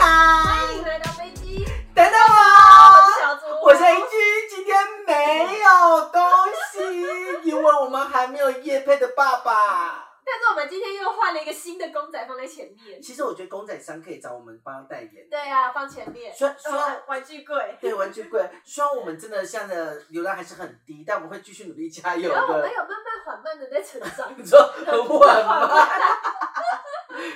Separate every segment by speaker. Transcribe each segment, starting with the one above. Speaker 1: 啊
Speaker 2: 还没有叶配的爸爸。
Speaker 1: 但是我们今天又换了一个新的公仔放在前面。
Speaker 2: 其实我觉得公仔商可以找我们帮他代言，
Speaker 1: 对啊，放前面。呃
Speaker 2: 虽然虽然
Speaker 1: 哦
Speaker 3: 玩玩具柜。
Speaker 2: 对玩具贵，虽然我们真的现在的流量还是很低，但我们会继续努力加油
Speaker 1: 然后我们
Speaker 2: 的。。
Speaker 1: 有慢慢缓慢的在成长
Speaker 2: 你说 很稳
Speaker 1: 啊
Speaker 2: 吗？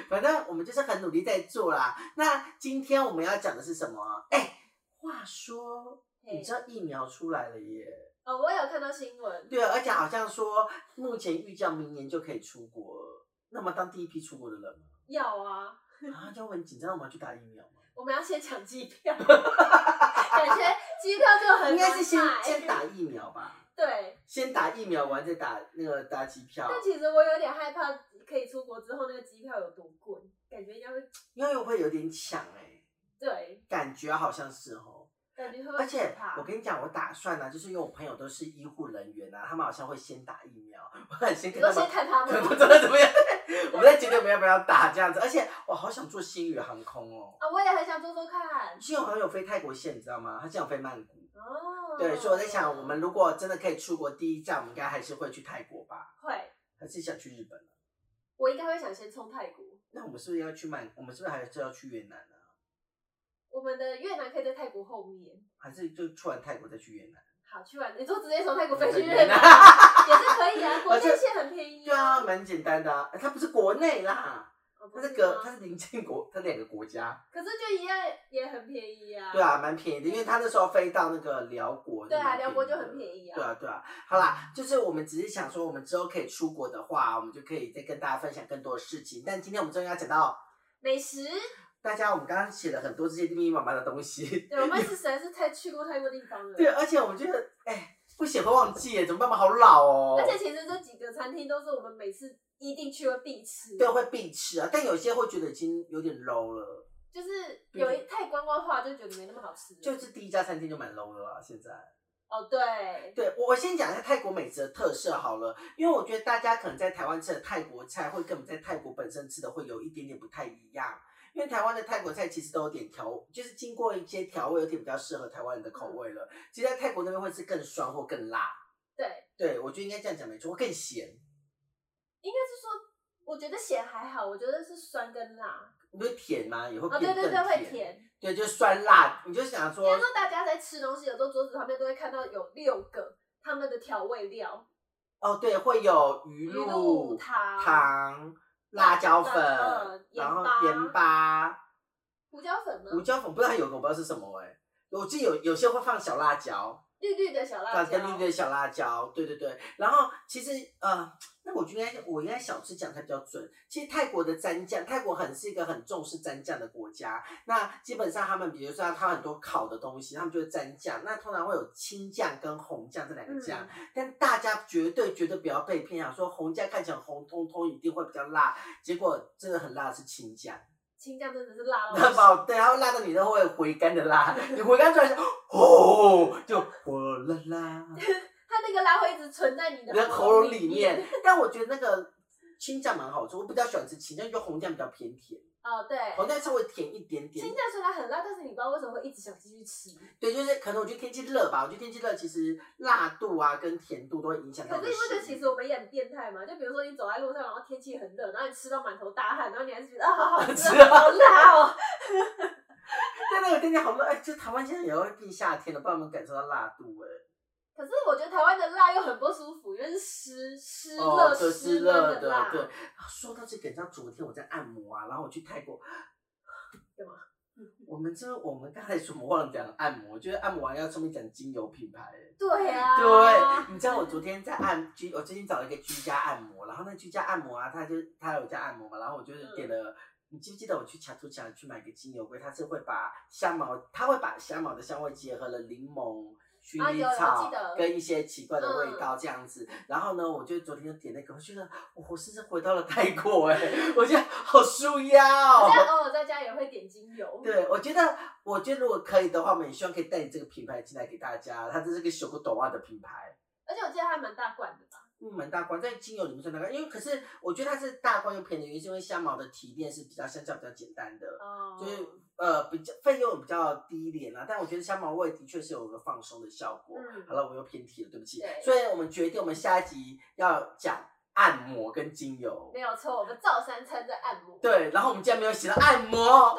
Speaker 2: 反正我们就是很努力在做啦。那今天我们要讲的是什么？哎、话说，
Speaker 1: 嗯
Speaker 2: 你知道疫苗出来了耶？
Speaker 1: 哦，我有看到新闻，
Speaker 2: 对啊，而且好像说目前预计明年就可以出国了。那么当第一批出国的人 吗？
Speaker 1: 要啊，
Speaker 2: 啊，就很紧张，我们要去打疫苗吗？
Speaker 1: 我们要先抢机票， 感觉机票就很
Speaker 2: 应该是先
Speaker 1: 难买
Speaker 2: 先打疫苗吧，
Speaker 1: 对。
Speaker 2: 先打疫苗完再打那个打机票。
Speaker 1: 但其实我有点害怕，可以出国之后那个机票有多贵，感觉应该会
Speaker 2: 因为会有点抢哎、
Speaker 1: 对，
Speaker 2: 感觉好像是哦。
Speaker 1: 感觉会
Speaker 2: 而且
Speaker 1: 很怕
Speaker 2: 我跟你讲，我打算呢、就是因为我朋友都是医护人员啊，他们好像会先打疫苗，我很先
Speaker 1: 你
Speaker 2: 跟
Speaker 1: 说
Speaker 2: 他
Speaker 1: 先
Speaker 2: 们。
Speaker 1: 看他
Speaker 2: 可能
Speaker 1: 们
Speaker 2: 不
Speaker 1: 吗
Speaker 2: 知道怎么样，我们在决定我们要不要打这样子，而且我好想坐星宇航空哦，
Speaker 1: 啊，我也很想做做看
Speaker 2: 星宇航空有飞泰国线，你知道吗？他想飞曼谷，
Speaker 1: 哦。
Speaker 2: 对，所以我在想，我们如果真的可以出国，第一站我们应该还是会去泰国吧，
Speaker 1: 会，
Speaker 2: 还是想去日本？啊
Speaker 1: 我应该会想先冲泰国。
Speaker 2: 那我们是不是要去曼？我们是不是还是要去越南啊呢、
Speaker 1: 我们的越南可以在泰国后面，
Speaker 2: 还是就去完泰国再去越南？
Speaker 1: 好去完，你说直接从泰国飞去
Speaker 2: 越
Speaker 1: 越南
Speaker 2: 南
Speaker 1: 也是可 以啊，国
Speaker 2: 而且
Speaker 1: 内线很便宜
Speaker 2: 对啊，蛮简单的、啊，它不是国内啦，
Speaker 1: 哦不
Speaker 2: 它是
Speaker 1: 吗
Speaker 2: 隔它是邻近国，它两个国家，
Speaker 1: 可是就一样也很便宜啊。
Speaker 2: 对啊，，蛮便宜的，因为它那时候飞到那个辽国，
Speaker 1: 对啊，辽国就
Speaker 2: 宜
Speaker 1: 很
Speaker 2: 的。
Speaker 1: 便宜
Speaker 2: 对
Speaker 1: 啊。
Speaker 2: 啊，对啊，好啦，就是我们只是想说，我们之后可以出国的话，我们就可以再跟大家分享更多的事情。但今天我们终于要讲到
Speaker 1: 美食，
Speaker 2: 大家，我们刚刚写了很多这些密密麻麻的东西，
Speaker 1: 对，我们是实在是太去过太多地方了。
Speaker 2: 对，啊而且我们觉得，哎，不写会忘记耶，怎么办嘛？好老哦。
Speaker 1: 而且其实这几个餐厅都是我们每次一定去会必吃，
Speaker 2: 对，会必吃啊，但有些会觉得已经有点 low 了，
Speaker 1: 就是有一太观光化就觉得没那么好吃了。
Speaker 2: 就是第一家餐厅就蛮 low 了啦。现在，
Speaker 1: 哦，对，
Speaker 2: 对我我先讲一下泰国美食的特色好了，因为我觉得大家可能在台湾吃的泰国菜，会跟我们在泰国本身吃的会有一点点不太一样。因为台湾的泰国菜其实都有点调，就是经过一些调味，有点比较适合台湾人的口味了。其实，在泰国那边会是更酸或更辣。
Speaker 1: 对，
Speaker 2: 对，我觉得应该这样讲没错，会更咸。
Speaker 1: 应该是说，我觉得咸还好，我觉得是酸跟辣。
Speaker 2: 你会甜吗？也会
Speaker 1: 哦，
Speaker 2: 变
Speaker 1: 对
Speaker 2: 更
Speaker 1: 对对，会甜。
Speaker 2: 对，就酸辣。你就想
Speaker 1: 应该
Speaker 2: 说，
Speaker 1: 说大家在吃东西，有时候桌子旁边都会看到有六个他们的调味料，
Speaker 2: 哦，对，会有鱼
Speaker 1: 鱼
Speaker 2: 露、
Speaker 1: 露汤、
Speaker 2: 糖、辣椒粉
Speaker 1: 辣椒粉，呃
Speaker 2: 然后
Speaker 1: 盐巴
Speaker 2: 盐巴、
Speaker 1: 胡椒粉
Speaker 2: 胡
Speaker 1: 呢，
Speaker 2: 椒粉，不知道有个我不知道是什么哎、我记得有有些会放小辣椒，
Speaker 1: 绿绿的小辣
Speaker 2: 放
Speaker 1: 椒，
Speaker 2: 啊跟绿绿的小辣椒，对对对。然后其实呃，那我觉得应该我应该小吃讲才比较准。其实泰国的蘸酱，泰国很是一个很重视蘸酱的国家。那基本上他们，比如说他很多烤的东西，他们就会蘸酱。那通常会有青酱跟红酱这两个酱。
Speaker 1: 嗯
Speaker 2: 但大家绝对绝对不要被骗啊！说红酱看起来红彤彤，一定会比较辣，结果真的很辣的是青酱，
Speaker 1: 青酱真的是辣到不
Speaker 2: 然
Speaker 1: 行
Speaker 2: 后对，然后辣到你都会回甘的辣，你回甘出来是哦，就火辣辣，
Speaker 1: 它那个辣会一直存在你
Speaker 2: 你
Speaker 1: 的
Speaker 2: 的喉咙
Speaker 1: 里
Speaker 2: 里面。但我觉得那个青酱蛮好吃，我比较喜欢吃青酱，因为红酱比较偏甜，
Speaker 1: 哦，对，
Speaker 2: 红酱稍微甜一点点
Speaker 1: 青。酱虽然很辣，但是你不知道为什么会一直想继续吃。
Speaker 2: 对，就是可能我觉得天气热吧，我觉得天气热其实辣度啊跟甜度都会影响到
Speaker 1: 可
Speaker 2: 你
Speaker 1: 是
Speaker 2: 的食
Speaker 1: 你不觉得其
Speaker 2: 欲
Speaker 1: 实我们也很变态吗？就比如说你走在路上，然后天气很热，然后你吃到满头大汗，然后你还是觉得啊，好好吃
Speaker 2: 吃
Speaker 1: 啊，
Speaker 2: 啊
Speaker 1: 好辣哦。
Speaker 2: 但那个天气好热，哎、就台湾现在也会变夏天了，不然我们感受到辣度哎、
Speaker 1: 可是我觉得台湾的辣又很不舒服，因为是湿湿
Speaker 2: 哦
Speaker 1: 热，
Speaker 2: 对
Speaker 1: 湿
Speaker 2: 湿热
Speaker 1: 的
Speaker 2: 的
Speaker 1: 辣。
Speaker 2: 对啊说到这个，你知道昨天我在按摩啊，然后我去泰国，
Speaker 1: 干嘛？
Speaker 2: 我们这我们刚才说我们忘了讲按摩，就是按摩完要顺便讲精油品牌、欸。
Speaker 1: 对啊，
Speaker 2: 对，你知道我昨天在按居，我最近找了一个居家按摩，然后那居家按摩啊，他就他有在按摩嘛，然后我就是点
Speaker 1: 嗯
Speaker 2: 了，你记不记得我去卡图卡去买个精油龟，它是会把香茅，它会把香茅的香味结合了柠檬。薰
Speaker 1: 啊
Speaker 2: 衣
Speaker 1: 有有
Speaker 2: 草
Speaker 1: 记得嗯
Speaker 2: 跟一些奇怪的味道这样子，然后呢，我就昨天就点那个，我觉得我甚至回到了泰国哎、 我觉得好舒压
Speaker 1: 我
Speaker 2: 哦
Speaker 1: 现。在偶尔在家也会点精油。
Speaker 2: 对，我觉得，我觉得如果可以的话，我们也希望可以带你这个品牌进来给大家。它这是个小狗短袜的品牌，
Speaker 1: 而且我记得它还蛮大罐的吧？
Speaker 2: 入门大关，在精油里面算大关，因为可是我觉得它是大关又便宜的原因，是因为香茅的提炼是比较相较比较简单的，
Speaker 1: 哦，
Speaker 2: 就是呃比较费用比较低廉啊。但我觉得香茅味的确是有个放松的效果。
Speaker 1: 嗯
Speaker 2: 好了，我又偏题了，对不起。
Speaker 1: 对
Speaker 2: 所以我们决定，我们下一集要讲按摩跟精油
Speaker 1: 没。有错，我们照三餐在按摩。
Speaker 2: 对，然后我们竟然没有写到按摩，
Speaker 1: 啊，我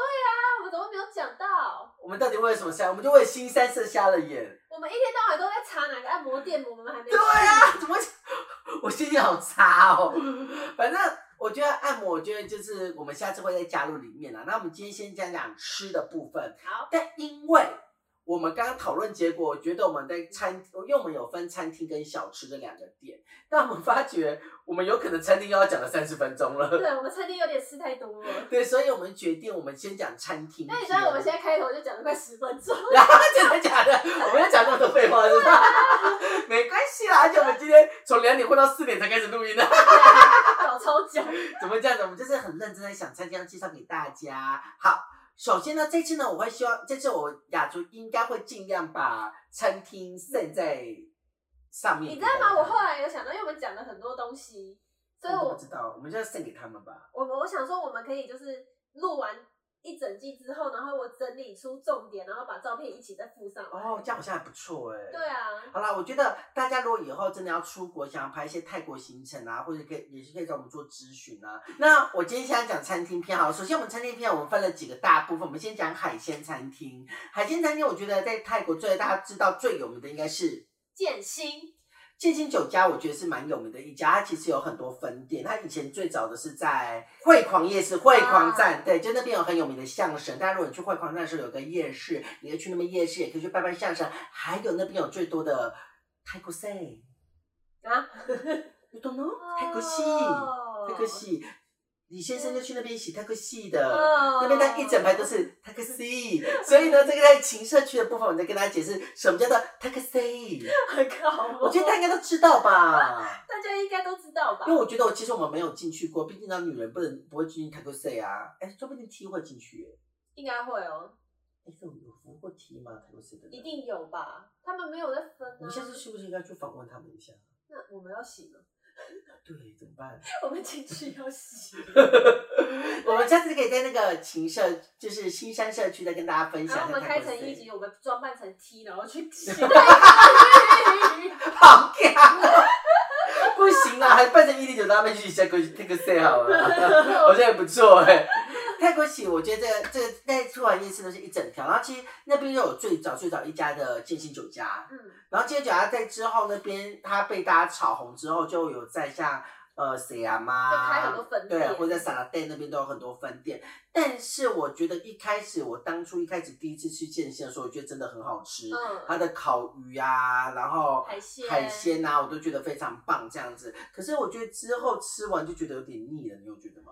Speaker 1: 们怎么没有讲到？
Speaker 2: 我们到底为了什么删？我们就为新三色瞎了眼。
Speaker 1: 我们一天到晚都在查哪个按摩店，我们还没
Speaker 2: 对啊，怎么会？ 我心情好差哦。反正我觉得按摩，我觉得就是我们下次会再加入里面啦。那我们今天先讲讲吃的部分，
Speaker 1: 好，
Speaker 2: 但因为我们刚刚讨论结果，我觉得我们在餐，因为我们有分餐厅跟小吃这两个点，但我们发觉我们有可能餐厅又要讲了三十分钟了。
Speaker 1: 对我们餐厅有点吃太多了。
Speaker 2: 对，所以我们决定我们先讲餐厅篇。
Speaker 1: 那你知道我们现在开头就讲了快十分 钟，
Speaker 2: 然后真的假的？我们要讲那么多废话是吧？ 没关系啦，而且我们今天从两点混到四点才开始录音呢。
Speaker 1: 搞超久。
Speaker 2: 怎么这样子？我们就是很认真在想餐厅要介绍给大家。好，首先呢，这次呢，我会希望这次我雅竹应该会尽量把餐厅散在上面。
Speaker 1: 你知道吗？我后来有想到，因为我们讲了很多东西，所以
Speaker 2: 我
Speaker 1: 我
Speaker 2: 不知道，我们就要散给他们吧。
Speaker 1: 我们我想说，我们可以就是录完一整季之后，然后我整理出重点，然后把照片一起再附上。
Speaker 2: 哦，这样好像还不错哎、
Speaker 1: 对。啊，
Speaker 2: 好啦，我觉得大家如果以后真的要出国，想要拍一些泰国行程啊，或者可以也是可以找我们做咨询啊。那我今天想讲餐厅篇好了，首先我们餐厅篇我们分了几个大部分，我们先讲海鲜餐厅。海鲜餐厅我觉得在泰国最大家知道最有名的应该是
Speaker 1: 建新
Speaker 2: 建新酒家我觉得是蛮有名的一家，它其实有很多分店。它以前最早的是在惠狂夜市、惠狂站，对，就那边有很有名的相声。大家如果你去惠狂站的时候，有个夜市，你可以去那边夜市，也可以去拜拜相声。还有那边有最多的泰国菜
Speaker 1: 啊，
Speaker 2: ，you don't know
Speaker 1: 哦
Speaker 2: 泰国戏，泰国戏，李先生就去那边洗泰国戏的。
Speaker 1: 哦
Speaker 2: 那边它一整排都是 taxi，所以呢，这个在情社区的部分，我再跟大家解释什么叫做 taxi。
Speaker 1: 很高哦，
Speaker 2: 我觉得大家应该都知道吧。
Speaker 1: 大家应该都知道吧
Speaker 2: 因？为我觉得我其实我们没有进去过，毕竟当女人不能不会进去 taco C 啊，哎，说不定 T 会进去耶，
Speaker 1: 应该会哦，
Speaker 2: 哎，这有有服务过 T 吗？taco C 的人
Speaker 1: 一。定有吧？他们没有在分啊。
Speaker 2: 我们下次是不是应该去访问他们一下？
Speaker 1: 那我们要洗吗？
Speaker 2: 对，怎么办？
Speaker 1: 我们进去 要洗。
Speaker 2: 我们下次可以在那个情社，就是新山社区再跟大家分
Speaker 1: 然后
Speaker 2: 享
Speaker 1: 我
Speaker 2: 一下
Speaker 1: 们
Speaker 2: taco
Speaker 1: 开成
Speaker 2: C
Speaker 1: 一集，我们装扮成 T，然后去洗泰
Speaker 2: 好尬 哦。不行啦，还扮成一零九，他们去下个那个 C 好了，
Speaker 1: 国
Speaker 2: 好
Speaker 1: 浴。
Speaker 2: 像也不错哎、 泰国喜，我觉得这个这个在出完夜市都是一整条，然后其实那边又有最早最早一家的建新酒家，
Speaker 1: 嗯，
Speaker 2: 然后接着他在之后那边，他被大家炒红之后，就有在像呃谁啊妈，
Speaker 1: 就开很多分店嗯
Speaker 2: 对，啊或者在萨拉店那边都有很多分店。但是我觉得一开始，我当初一开始第一次去建县的时候，我觉得真的很好吃，它
Speaker 1: 嗯，
Speaker 2: 的烤鱼啊，然后
Speaker 1: 海鲜
Speaker 2: 海鲜啊，我都觉得非常棒这样子。可是我觉得之后吃完就觉得有点腻了，你有觉得吗？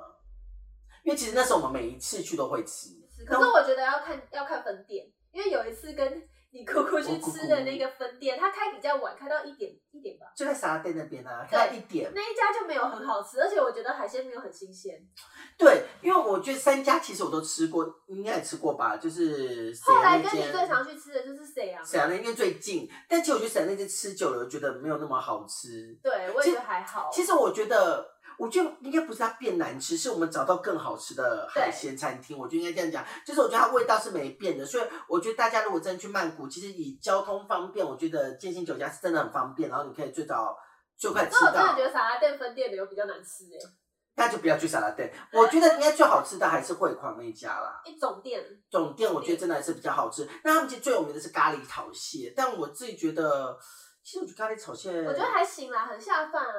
Speaker 2: 因为其实那时候我们每一次去都会吃，
Speaker 1: 可是我觉得要看要看分店，因为有一次跟你姑姑去吃的那个分店，它开比较晚，开到一点一点吧。
Speaker 2: 就在萨拉店那边啊，大概一点
Speaker 1: 那一家就没有很好吃，而且我觉得海鲜没有很新鲜。
Speaker 2: 对，因为我觉得三家其实我都吃过，你应该也吃过吧？就是沈
Speaker 1: 后
Speaker 2: 阳
Speaker 1: 来
Speaker 2: 那
Speaker 1: 跟你
Speaker 2: 间，
Speaker 1: 最常去吃的就是谁啊？
Speaker 2: 沈阳那间最近，但其实我觉得沈阳那间吃久了，我觉得没有那么好吃。
Speaker 1: 对，我也觉得还好。
Speaker 2: 其实我觉得，我觉得应该不是它变难吃，是我们找到更好吃的海鲜餐厅。我觉得应该这样讲，就是我觉得它味道是没变的，所以我觉得大家如果真的去曼谷，其实以交通方便，我觉得建新酒家是真的很方便，然后你可以最早就快吃
Speaker 1: 那我真的
Speaker 2: 到
Speaker 1: 觉。得沙拉店分店的有比较难吃哎，
Speaker 2: 那就不要去沙拉店，我觉得应该最好吃的还是惠狂那一家啦。
Speaker 1: 一种店
Speaker 2: 总店我觉得真的还是比较好吃。那他们其实最有名的是咖喱炒蟹，但我自己觉得，其实我觉得咖喱炒蟹，
Speaker 1: 我觉得还行啦，很下饭啊。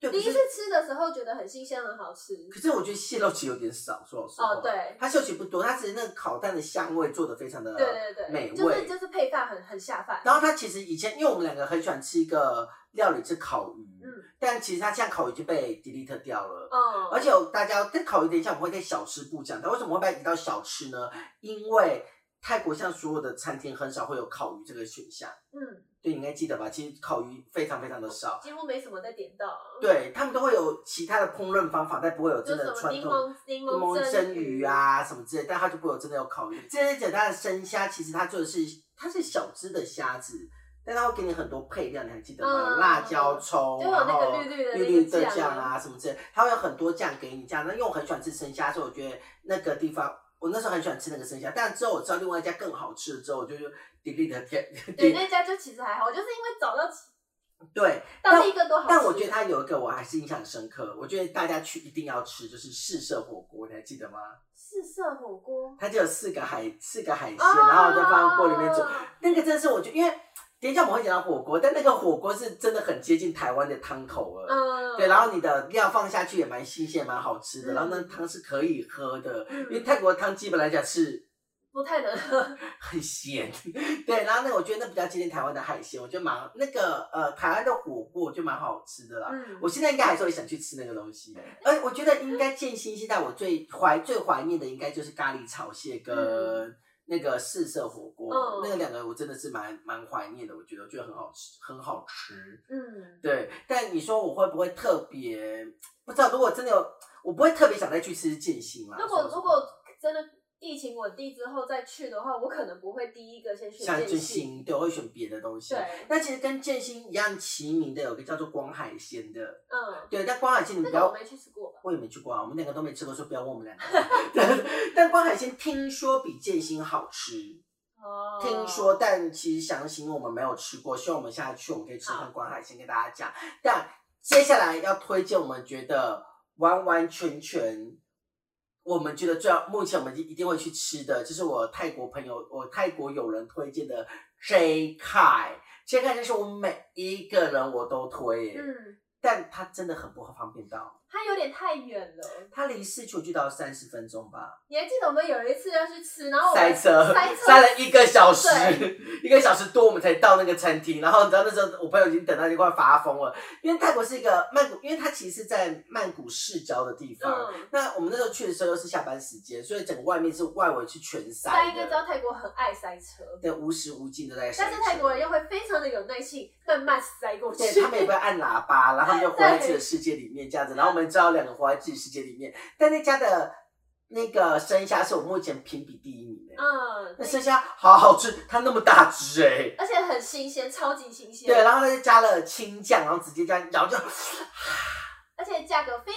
Speaker 2: 对，
Speaker 1: 第一次
Speaker 2: 可是
Speaker 1: 吃的时候觉得很新鲜，很好吃。
Speaker 2: 可是我觉得蟹肉其实有点少，说老实话。
Speaker 1: 哦，，对，
Speaker 2: 它蟹肉其实不多，它只是那个烤蛋的香味做的非常的
Speaker 1: 对对对，
Speaker 2: 美味。
Speaker 1: 就是就是配饭很很下饭。
Speaker 2: 然后它其实以前，因为我们两个很喜欢吃一个料理是烤鱼，
Speaker 1: 嗯
Speaker 2: 但其实它现在烤鱼已经被 delete 掉了。
Speaker 1: 嗯，
Speaker 2: 而且有大家在考虑等一下，我们会在小吃部讲到为什么会把它移到小吃呢？因为泰国像所有的餐厅很少会有烤鱼这个选项。
Speaker 1: 嗯，
Speaker 2: 对，你应该记得吧？其实烤鱼非常非常的少，
Speaker 1: 几乎没什么再点到啊，
Speaker 2: 对他们都会有其他的烹饪方法，但不会有
Speaker 1: 就
Speaker 2: 真
Speaker 1: 是
Speaker 2: 的
Speaker 1: 什么
Speaker 2: 传
Speaker 1: 柠
Speaker 2: 统。
Speaker 1: 檬柠
Speaker 2: 柠檬蒸
Speaker 1: 蒸
Speaker 2: 鱼，啊什么之类，但它就不会有真的有烤鱼。这些简单的生虾，其实它做的是它是小只的虾子，但它会给你很多配料，你还记得吗？
Speaker 1: 嗯
Speaker 2: 辣椒、葱，
Speaker 1: 就有
Speaker 2: 然
Speaker 1: 那
Speaker 2: 后
Speaker 1: 个绿绿的
Speaker 2: 绿
Speaker 1: 那
Speaker 2: 绿
Speaker 1: 个
Speaker 2: 的
Speaker 1: 酱
Speaker 2: 酱啊什么之类，它会有很多酱给你加。那因为我很喜欢吃生虾，所以我觉得那个地方我那时候很喜欢吃那个生虾，但之后我知道另外一家更好吃了之后，我就 delete 掉
Speaker 1: 对，那家就其实还好，我就是因为找到其
Speaker 2: 对，
Speaker 1: 到第一个都好吃，
Speaker 2: 但我觉得它有一个我还是印象很深刻，我觉得大家去一定要吃，就是四色火锅，你还记得吗？
Speaker 1: 四色火锅，
Speaker 2: 它就有四个海四个海鲜，然后再放锅里面煮，
Speaker 1: 哦
Speaker 2: 那个真是我觉得，因为等一下我们会讲到火锅，但那个火锅是真的很接近台湾的汤头了。
Speaker 1: 嗯，
Speaker 2: 对，然后你的料放下去也蛮新鲜，蛮好吃的。
Speaker 1: 嗯
Speaker 2: 然后那汤是可以喝的，
Speaker 1: 嗯
Speaker 2: 因为泰国的汤基本来讲是
Speaker 1: 不太 能喝，
Speaker 2: 很咸。对，然后那我觉得那比较接近台湾的海鲜，我觉得蛮那个呃台湾的火锅就蛮好吃的啦。
Speaker 1: 嗯，
Speaker 2: 我现在应该还是会想去吃那个东西，而我觉得应该建新现在我最怀最怀念的应该就是咖喱炒蟹跟
Speaker 1: 嗯
Speaker 2: 那个四色火锅，
Speaker 1: 嗯
Speaker 2: 那个两个我真的是蛮蛮怀念的，我觉得我觉得很好吃，很好吃。
Speaker 1: 嗯，
Speaker 2: 对，但你说我会不会特别不知道？如果真的有，我不会特别想再去吃建新啦。
Speaker 1: 如果
Speaker 2: 说实话
Speaker 1: 如果真的疫情稳定之后再去的话，我可能不会第一个先去
Speaker 2: 像
Speaker 1: 建
Speaker 2: 建
Speaker 1: 信，
Speaker 2: 新，对，我会选别的东西。
Speaker 1: 对，
Speaker 2: 那其实跟建新一样齐名的有个叫做光海鲜的，
Speaker 1: 嗯，
Speaker 2: 对，但光海鲜你
Speaker 1: 那
Speaker 2: 不
Speaker 1: 个
Speaker 2: 要
Speaker 1: 我没去吃过吧？
Speaker 2: 我也没去过啊，我们两个都没吃过，说不要问我们两 个。但光海鲜听说比建新好吃，
Speaker 1: 哦，
Speaker 2: 听说，但其实详情我们没有吃过，希望我们下次去我们可以吃看光海鲜跟大家讲。但接下来要推荐我们觉得完完全全。我们觉得最好，目前我们一定会去吃的，就是我泰国朋友，我泰国友人推荐的 J Kai，J Kai 就是我每一个人我都推耶，
Speaker 1: 嗯，
Speaker 2: 但它真的很不方便到。
Speaker 1: 它有点太远了。
Speaker 2: 它离市区就到三十分钟吧，
Speaker 1: 你还记得我们有一次要去吃，然后我
Speaker 2: 塞
Speaker 1: 们
Speaker 2: 车，
Speaker 1: 塞车
Speaker 2: 了一个小时
Speaker 1: 对，
Speaker 2: 一个小时多我们才到那个餐厅。然后你知道那时候我朋友已经等到就快发疯了，因为泰国是一个曼谷，因为它其实是在曼谷市郊的地方。
Speaker 1: 嗯，
Speaker 2: 那我们那时候去的时候又是下班时间，所以整个外面是外围是全
Speaker 1: 大家
Speaker 2: 塞
Speaker 1: 应该知道
Speaker 2: 的，
Speaker 1: 泰国很爱塞车，
Speaker 2: 对，无时无尽都在塞
Speaker 1: 但
Speaker 2: 车。
Speaker 1: 是泰国人又会非常的有耐性，慢慢塞过去。
Speaker 2: 对他们也不会按喇叭，然后他们就活在自己的世界里面这样子。然后我们知道两个活在自己世界里面，但那家的那个生虾是我目前评比第一名的。
Speaker 1: 嗯，
Speaker 2: 那生虾好好吃，它那么大只哎、
Speaker 1: 而且很新鲜，超级新鲜。
Speaker 2: 对，然后它就加了青酱，然后直接这样，然后 就
Speaker 1: 而且价格非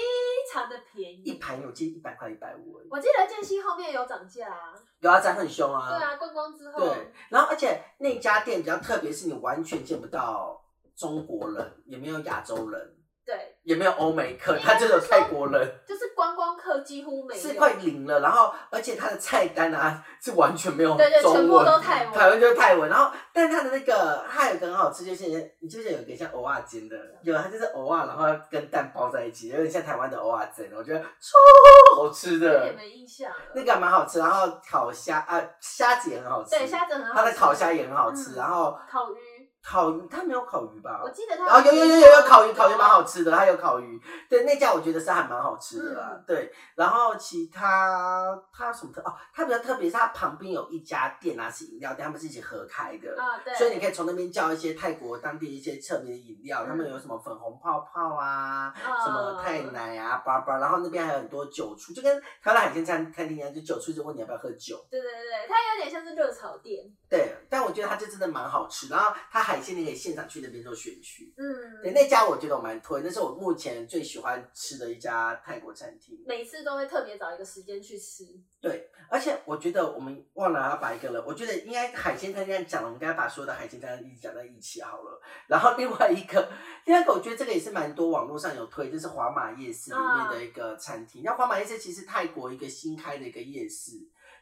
Speaker 1: 常的便
Speaker 2: 一
Speaker 1: 宜。
Speaker 2: 盘有近一百块、一百五而已。
Speaker 1: 我记得建新后面有涨价啊，
Speaker 2: 有啊，涨很凶啊。
Speaker 1: 对啊，观光之后，
Speaker 2: 对然后而且那家店比较特别，是你完全见不到中国人，也没有亚洲人，
Speaker 1: 对
Speaker 2: 也没有欧美客，
Speaker 1: 应
Speaker 2: 它
Speaker 1: 该
Speaker 2: 就是有
Speaker 1: 说
Speaker 2: 泰国人，
Speaker 1: 就是观光客几乎没有，
Speaker 2: 是快零了。然后而且它的菜单啊是完全没有
Speaker 1: 对对，
Speaker 2: 中文，
Speaker 1: 全部都泰
Speaker 2: 台
Speaker 1: 文，
Speaker 2: 湾就是泰文，然后但它的那个它有一个很好吃，就是你记不记得有一个像偶尔煎的，有啊它就是偶尔，然后跟蛋包在一起，有点像台湾的偶尔煎，我觉得超好吃
Speaker 1: 有点
Speaker 2: 的，
Speaker 1: 没印象了。
Speaker 2: 那个还蛮好吃，然后烤虾啊虾子也很好吃，
Speaker 1: 对虾子很好吃，
Speaker 2: 它的烤虾也很好吃，
Speaker 1: 嗯
Speaker 2: 然后
Speaker 1: 烤鱼，
Speaker 2: 烤鱼它没有烤鱼吧
Speaker 1: 我？记得它
Speaker 2: 然哦啊后有有有有有烤鱼，烤鱼蛮好吃的，它有烤鱼，对那家我觉得是还蛮好吃的
Speaker 1: 嗯
Speaker 2: 啦，对。然后其他它什么特哦，它比较特别是它旁边有一家店啊是饮料店，他们是一起合开的，
Speaker 1: 啊，对，
Speaker 2: 所以你可以从那边叫一些泰国当地一些特别的饮料，
Speaker 1: 嗯
Speaker 2: 他们有什么粉红泡泡啊，什
Speaker 1: 什
Speaker 2: 么泰奶啊，巴拉巴拉，然后那边还有很多酒醋，就跟台湾的海鲜餐餐厅一样，就酒醋就问你要不要喝酒。
Speaker 1: 对对对，它有点像是热炒店，
Speaker 2: 对，但我觉得它这真的蛮好吃，然后它海鲜你可以现场去那边做选取。
Speaker 1: 嗯，
Speaker 2: 对，那家我觉得我蛮推，那是我目前最喜欢吃的一家泰国餐厅。
Speaker 1: 每次都会特别找一个时间去吃，
Speaker 2: 对，而且我觉得我们忘了要把一个人，我觉得应该海鲜餐厅讲，我们应该把所有的海鲜餐厅一起讲在一起好了。然后另外一个，另外一个我觉得这个也是蛮多网络上有推，就是华马夜市里面
Speaker 1: 嗯
Speaker 2: 的一个餐厅。那华马夜市其实泰国一个新开的一个夜市，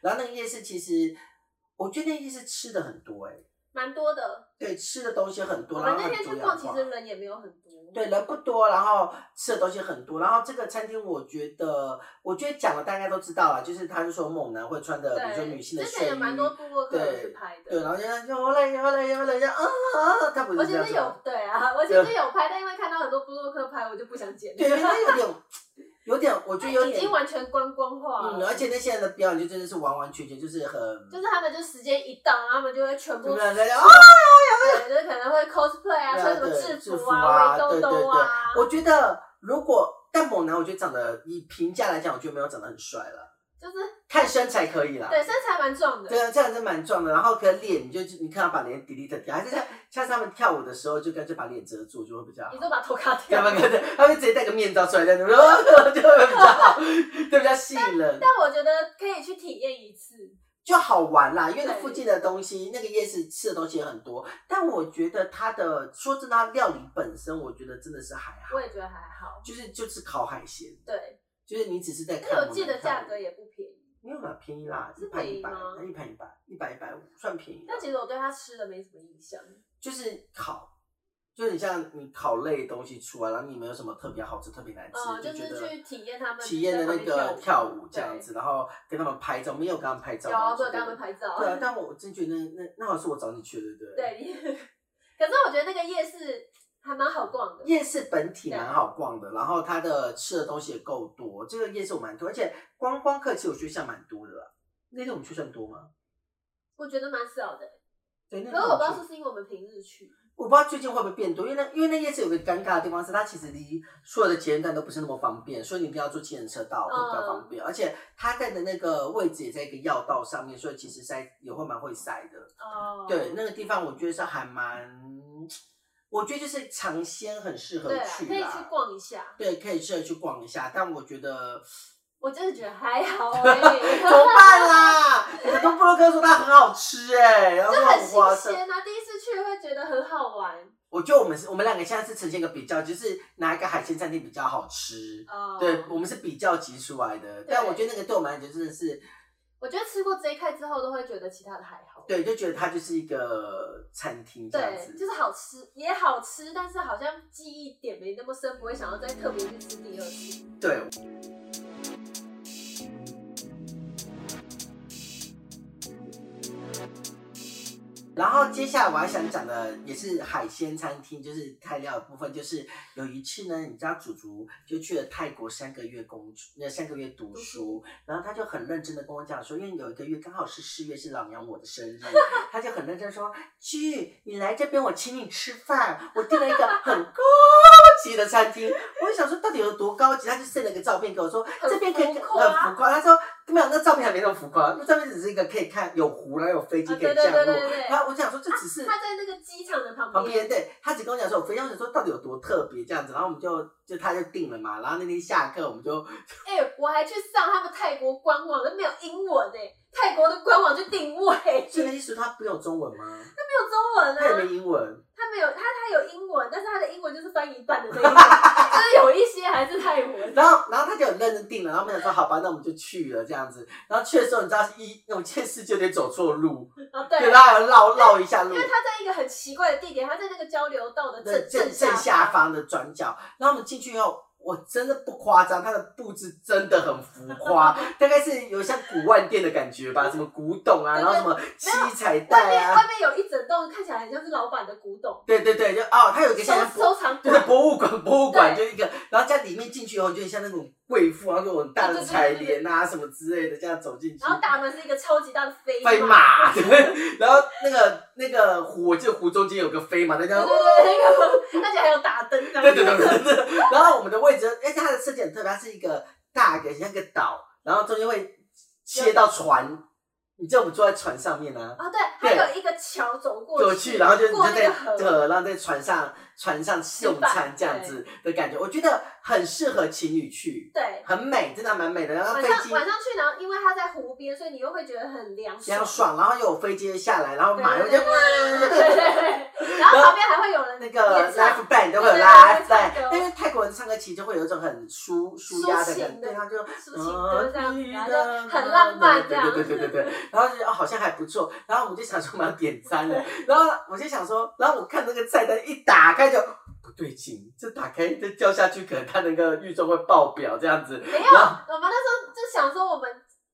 Speaker 2: 然后那个夜市其实我觉得那个夜市吃的很多哎、
Speaker 1: 蛮多的。
Speaker 2: 对，吃的东西很
Speaker 1: 我
Speaker 2: 多，然
Speaker 1: 们
Speaker 2: 后
Speaker 1: 那
Speaker 2: 很
Speaker 1: 天
Speaker 2: 多
Speaker 1: 去
Speaker 2: 样化。
Speaker 1: 逛，其实人也没有很多，
Speaker 2: 对，人不多，然后吃的东西很多，然后这个餐厅我觉得，我觉得讲了大家都知道了，就是他是说猛男会穿的，比如说
Speaker 1: 对，
Speaker 2: 女性
Speaker 1: 之
Speaker 2: 的睡
Speaker 1: 前
Speaker 2: 衣
Speaker 1: 有，蛮多部落客有去拍
Speaker 2: 对，
Speaker 1: 的。
Speaker 2: 然后就就我来我来我来，就啊啊，他不
Speaker 1: 我
Speaker 2: 是
Speaker 1: 其
Speaker 2: 这样
Speaker 1: 实
Speaker 2: 子
Speaker 1: 有
Speaker 2: 吗，
Speaker 1: 对啊，我其实有拍，但因为看到很多部落客拍，我就不想剪。
Speaker 2: 对，因为他有点，有点，我觉得有
Speaker 1: 已
Speaker 2: 点
Speaker 1: 经，完全观光化了。
Speaker 2: 嗯，而且那些人的表演就真的是完完全全就是很，
Speaker 1: 就是他们就时间一到，然后他们就会全
Speaker 2: 对
Speaker 1: 部
Speaker 2: 不对？人家啊，
Speaker 1: 对，就是可能会 cosplay 啊，穿什么
Speaker 2: 对
Speaker 1: 制服
Speaker 2: 啊，
Speaker 1: 啊、围
Speaker 2: 对
Speaker 1: 兜
Speaker 2: 对
Speaker 1: 兜
Speaker 2: 对
Speaker 1: 啊，，
Speaker 2: 我觉得如果但猛男，我觉得长得以评价来讲，我觉得没有长得很帅了。
Speaker 1: 就是
Speaker 2: 看身材可以啦。
Speaker 1: 对身材蛮壮的，
Speaker 2: 对啊，这样是蛮壮的。然后可脸，你就你看他把脸 delete 掉，还是像下次他们跳舞的时候，就干脆把脸遮住，就会比较好
Speaker 1: 你。就把头卡
Speaker 2: 他
Speaker 1: 掉。
Speaker 2: 们可能他们直接戴个面罩出来，在那边，哦 就会比较好，就比较吸引人，
Speaker 1: 但我觉得可以去体验一次，
Speaker 2: 就好玩啦。因为那
Speaker 1: 对
Speaker 2: 附近的东西，那个夜市吃的东西也很多，但我觉得它的说真的，它料理本身，我觉得真的是还好
Speaker 1: 我，也觉得还好。
Speaker 2: 就是就是烤海鲜，
Speaker 1: 对，
Speaker 2: 就是你只是在
Speaker 1: 而且
Speaker 2: 看我
Speaker 1: 我
Speaker 2: 们
Speaker 1: 记得
Speaker 2: 看
Speaker 1: 价格也不便宜，
Speaker 2: 没有啦，便宜啦，
Speaker 1: 是
Speaker 2: 一盘
Speaker 1: 便
Speaker 2: 一
Speaker 1: 宜
Speaker 2: 百
Speaker 1: 吗，
Speaker 2: 一盘一百，一百一百五算便宜啦。
Speaker 1: 但其实我对它吃的没什么印象。
Speaker 2: 就是烤，就是你像你烤类的东西出来，然后你没有什么特别好吃、特别难吃，
Speaker 1: 嗯
Speaker 2: 就
Speaker 1: 就
Speaker 2: 觉
Speaker 1: 是
Speaker 2: 得
Speaker 1: 去体验他们
Speaker 2: 体验的那
Speaker 1: 在旁
Speaker 2: 个
Speaker 1: 边
Speaker 2: 跳
Speaker 1: 跳舞
Speaker 2: 舞这样子，然后跟他们拍照，没有跟他们拍照
Speaker 1: 有
Speaker 2: 嘛，
Speaker 1: 啊，我
Speaker 2: 对
Speaker 1: 有跟他们拍照。
Speaker 2: 对啊，但我真觉得那那那好像是我找你去的，对不对？
Speaker 1: 对， 你可是我觉得那个夜市还蛮好逛的。
Speaker 2: 夜市本体
Speaker 1: 对
Speaker 2: 蛮好逛的，然后它的吃的东西也够多，这个夜市我蛮多，而且观光客其实我觉得像蛮多的啦。那天我们去算多吗？
Speaker 1: 我觉得蛮少的，
Speaker 2: 对，那天
Speaker 1: 可是我不知道
Speaker 2: 们去
Speaker 1: 是不是因为我们平日去，
Speaker 2: 我不知道最近会不会变多，因为那因为那夜市有个尴尬的地方是，它其实离所有的捷运站都不是那么方便，所以你一定要坐计程车到会比较
Speaker 1: 嗯
Speaker 2: 方便，而且它在的那个位置也在一个要道上面，所以其实塞也会蛮会塞的。
Speaker 1: 哦
Speaker 2: 对，那个地方我觉得是还蛮，我觉得就是尝鲜很适合
Speaker 1: 对啊，可
Speaker 2: 去
Speaker 1: 以
Speaker 2: 啦，
Speaker 1: 去逛一下。
Speaker 2: 对，可以适合去逛一下，但我觉得
Speaker 1: 我真的觉得 还好
Speaker 2: 啊
Speaker 1: 哎、
Speaker 2: 怎么办 啦？很多部落客说它很好吃哎、然后
Speaker 1: 就
Speaker 2: 说
Speaker 1: 很
Speaker 2: 花
Speaker 1: 新
Speaker 2: 生，
Speaker 1: 鲜啊！第一次去会觉得很好玩
Speaker 2: 我觉得我们是我们两个现在是呈现一个比较，就是哪一个海鲜餐厅比较好吃。
Speaker 1: 哦。
Speaker 2: 对，我们是比较级出来的，但我觉得那个对我们来讲真的是，
Speaker 1: 我觉得吃过这一块之后，都会觉得其他的还好。
Speaker 2: 对，就觉得它就是一个餐厅这样
Speaker 1: 对，就
Speaker 2: 子。
Speaker 1: 是好吃也好吃，但是好像记忆点没那么深，不会想要再特别去吃第二次。啊
Speaker 2: 对，然后接下来我还想讲的也是海鲜餐厅，就是泰料的部分，就是有一次呢，你知道祖祖就去了泰国三个月公主，那三个月读
Speaker 1: 读
Speaker 2: 书，然后他就很认真的跟我讲说，因为有一个月刚好是四月是老娘我的生日，他就很认真地说，剧你来这边我请你吃饭，我订了一个很高级的餐厅，我就想说到底有多高级，他就 send 了个照片给我说
Speaker 1: 很
Speaker 2: 这边可以
Speaker 1: 浮
Speaker 2: 看
Speaker 1: 夸
Speaker 2: 很浮夸，他说没有那照片还没那么浮夸，那照片只是一个可以看有湖然后有飞机
Speaker 1: 啊，
Speaker 2: 可以
Speaker 1: 对对
Speaker 2: 降
Speaker 1: 对
Speaker 2: 落。
Speaker 1: 对对
Speaker 2: 然，后我想说，这只是
Speaker 1: 他在那个机场的旁
Speaker 2: 旁边对，他只跟我讲说，我非常想说到底有多特别这样子，然后我们就就他就定了嘛，然后那天下课我们就
Speaker 1: 哎、我还去上他们泰国官网，都没有英文哎、泰国的官网就定位，
Speaker 2: 所以那意思他不用中文吗？
Speaker 1: 没有中文
Speaker 2: 他也
Speaker 1: 啊，
Speaker 2: 没英文，
Speaker 1: 他没有他他有英文，但是他的英文就是翻一半的那一种， 就是有一些还是泰文。
Speaker 2: 然后然后他就很认真定了，然后我们想说好吧，那我们就去了这样子，然后去的时候你知道是一那种见识就得走错路，
Speaker 1: 啊，对，
Speaker 2: 对，然后还要绕绕一下
Speaker 1: 因
Speaker 2: 路
Speaker 1: 为。他在一个很奇怪的地点，他在那个交流道的
Speaker 2: 那
Speaker 1: 正
Speaker 2: 正
Speaker 1: 正
Speaker 2: 正下，方的转角，然后我们进去以后，我真的不夸张，它的布置真的很浮夸， 大概是有像古玩店的感觉吧，什么古董啊，
Speaker 1: 对对
Speaker 2: 然后什么七彩
Speaker 1: 外
Speaker 2: 带
Speaker 1: 面
Speaker 2: 啊
Speaker 1: 外，面有一整栋看起来很像是老板的古董
Speaker 2: 对对对，就哦，它有一个
Speaker 1: 收
Speaker 2: 像博，
Speaker 1: 收藏
Speaker 2: 就是
Speaker 1: 馆，
Speaker 2: 博物馆，博物馆就
Speaker 1: 对
Speaker 2: 一个，然后在里面进去以后，就像那种贵妇，然后有很大的
Speaker 1: 对对对
Speaker 2: 彩
Speaker 1: 对对
Speaker 2: 帘啊什么之类的，这样走进去
Speaker 1: 然。后大门是一个超级大的飞
Speaker 2: 飞马，对，然后那个那个湖，我记得湖中间有个飞马，那
Speaker 1: 对
Speaker 2: 叫
Speaker 1: 对对，那个而且还有打灯这样
Speaker 2: 对
Speaker 1: 子，
Speaker 2: 对对对对。对 然后我们的位置，哎，它的设计很特别，它是一个大的像个岛，然后中间会切到船，你知道我们坐在船上面呢、啊。
Speaker 1: 啊，对，它有一个桥走过
Speaker 2: 过去，然后就你就
Speaker 1: 过那
Speaker 2: 在
Speaker 1: 个河，
Speaker 2: 呃，然后在船上船上用餐
Speaker 1: 吃饭
Speaker 2: 这样子的感觉，我觉得很适合情侣去，
Speaker 1: 对。
Speaker 2: 很美，真的蛮美的。然后
Speaker 1: 晚
Speaker 2: 飞
Speaker 1: 上
Speaker 2: 机
Speaker 1: 晚上去，然后因为它在湖边，所以你又会觉得很凉
Speaker 2: 非常爽，
Speaker 1: 爽。
Speaker 2: 然后又有飞机下来，然后马又
Speaker 1: 对
Speaker 2: 就
Speaker 1: 对对对对，然后旁边还会有人
Speaker 2: 那个
Speaker 1: 演唱
Speaker 2: live band 都会有
Speaker 1: 对
Speaker 2: live
Speaker 1: 对
Speaker 2: band，
Speaker 1: 对
Speaker 2: 但是泰国人唱歌其实就会有一种很舒舒压的
Speaker 1: 抒
Speaker 2: 感
Speaker 1: 情
Speaker 2: 觉，对，
Speaker 1: 的
Speaker 2: 他就
Speaker 1: 抒情
Speaker 2: 啊
Speaker 1: 歌这样子，然后就很
Speaker 2: 漫
Speaker 1: 浪漫这样。
Speaker 2: 对对对对对对，然后就觉得哦好像还不错，然后我们就想说我们要点餐了，然后我就想说，然后我看那个菜单一打开就不对劲，这打开这掉下去，可能它那个预算会爆表这样子，
Speaker 1: 没有，
Speaker 2: 然后
Speaker 1: 我们那时候就想说，我们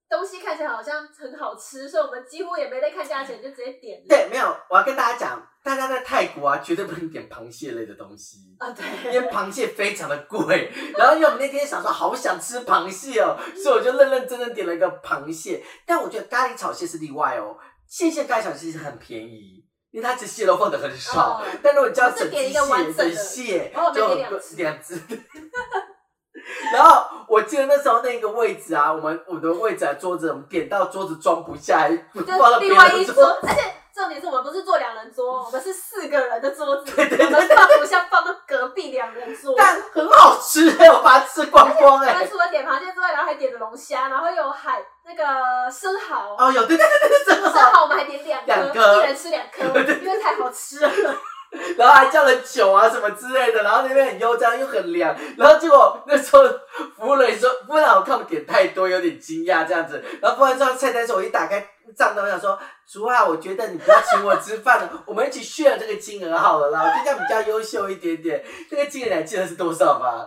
Speaker 1: 东西看起来好像很好吃，所以我们几乎也没在看价钱，就直接点了。
Speaker 2: 对，没有，我要跟大家讲，大家在泰国啊，绝对不能点螃蟹类的东西。
Speaker 1: 啊，
Speaker 2: 因
Speaker 1: 对，
Speaker 2: 为螃蟹非常的贵， 然后因为我们那天想说好想吃螃蟹哦，所以我就认认真真点了一个螃蟹。但我觉得咖喱炒蟹是例外哦，蟹蟹咖喱炒蟹是很便宜，因为它其实蟹肉放的很少。
Speaker 1: 哦
Speaker 2: 但如果你叫
Speaker 1: 我是
Speaker 2: 整只
Speaker 1: 点一
Speaker 2: 蟹
Speaker 1: 个完整的
Speaker 2: 蟹
Speaker 1: 哦，我们
Speaker 2: 就
Speaker 1: 点
Speaker 2: 很
Speaker 1: 两
Speaker 2: 贵
Speaker 1: 只
Speaker 2: 两只。然后我记得那时候那个位置啊，我们我们的位置啊，桌子，我们点到桌子装不下，放到
Speaker 1: 就
Speaker 2: 别
Speaker 1: 另外一
Speaker 2: 人
Speaker 1: 桌
Speaker 2: 桌。，
Speaker 1: 而且重点是我们不是坐两人桌，我们是四个人的桌子，
Speaker 2: 对对对
Speaker 1: 我们放不下，放到隔壁两人桌。
Speaker 2: 但很好吃 哎、我把它吃光光
Speaker 1: 我
Speaker 2: 哎、
Speaker 1: 们除了点螃蟹之外，然后还点了龙虾，然后有海那个生蚝，
Speaker 2: 哦，有对对对对对，真
Speaker 1: 生
Speaker 2: 好。
Speaker 1: 蚝我们还点两
Speaker 2: 两
Speaker 1: 颗，
Speaker 2: 颗
Speaker 1: 一人吃两颗，因为太好吃了。
Speaker 2: 然后还叫了酒啊什么之类的，然后那边很悠哉又很凉，然后结果那时候服务人说，服务人我看我点太多，有点惊讶这样子，然后服务人说菜单时候我一打开账单，我想说，竹啊，我觉得你不要请我吃饭了，我们一起 share 这个金额好了啦，我觉得这样比较优秀一点点。这个金额你还记得是多少吗？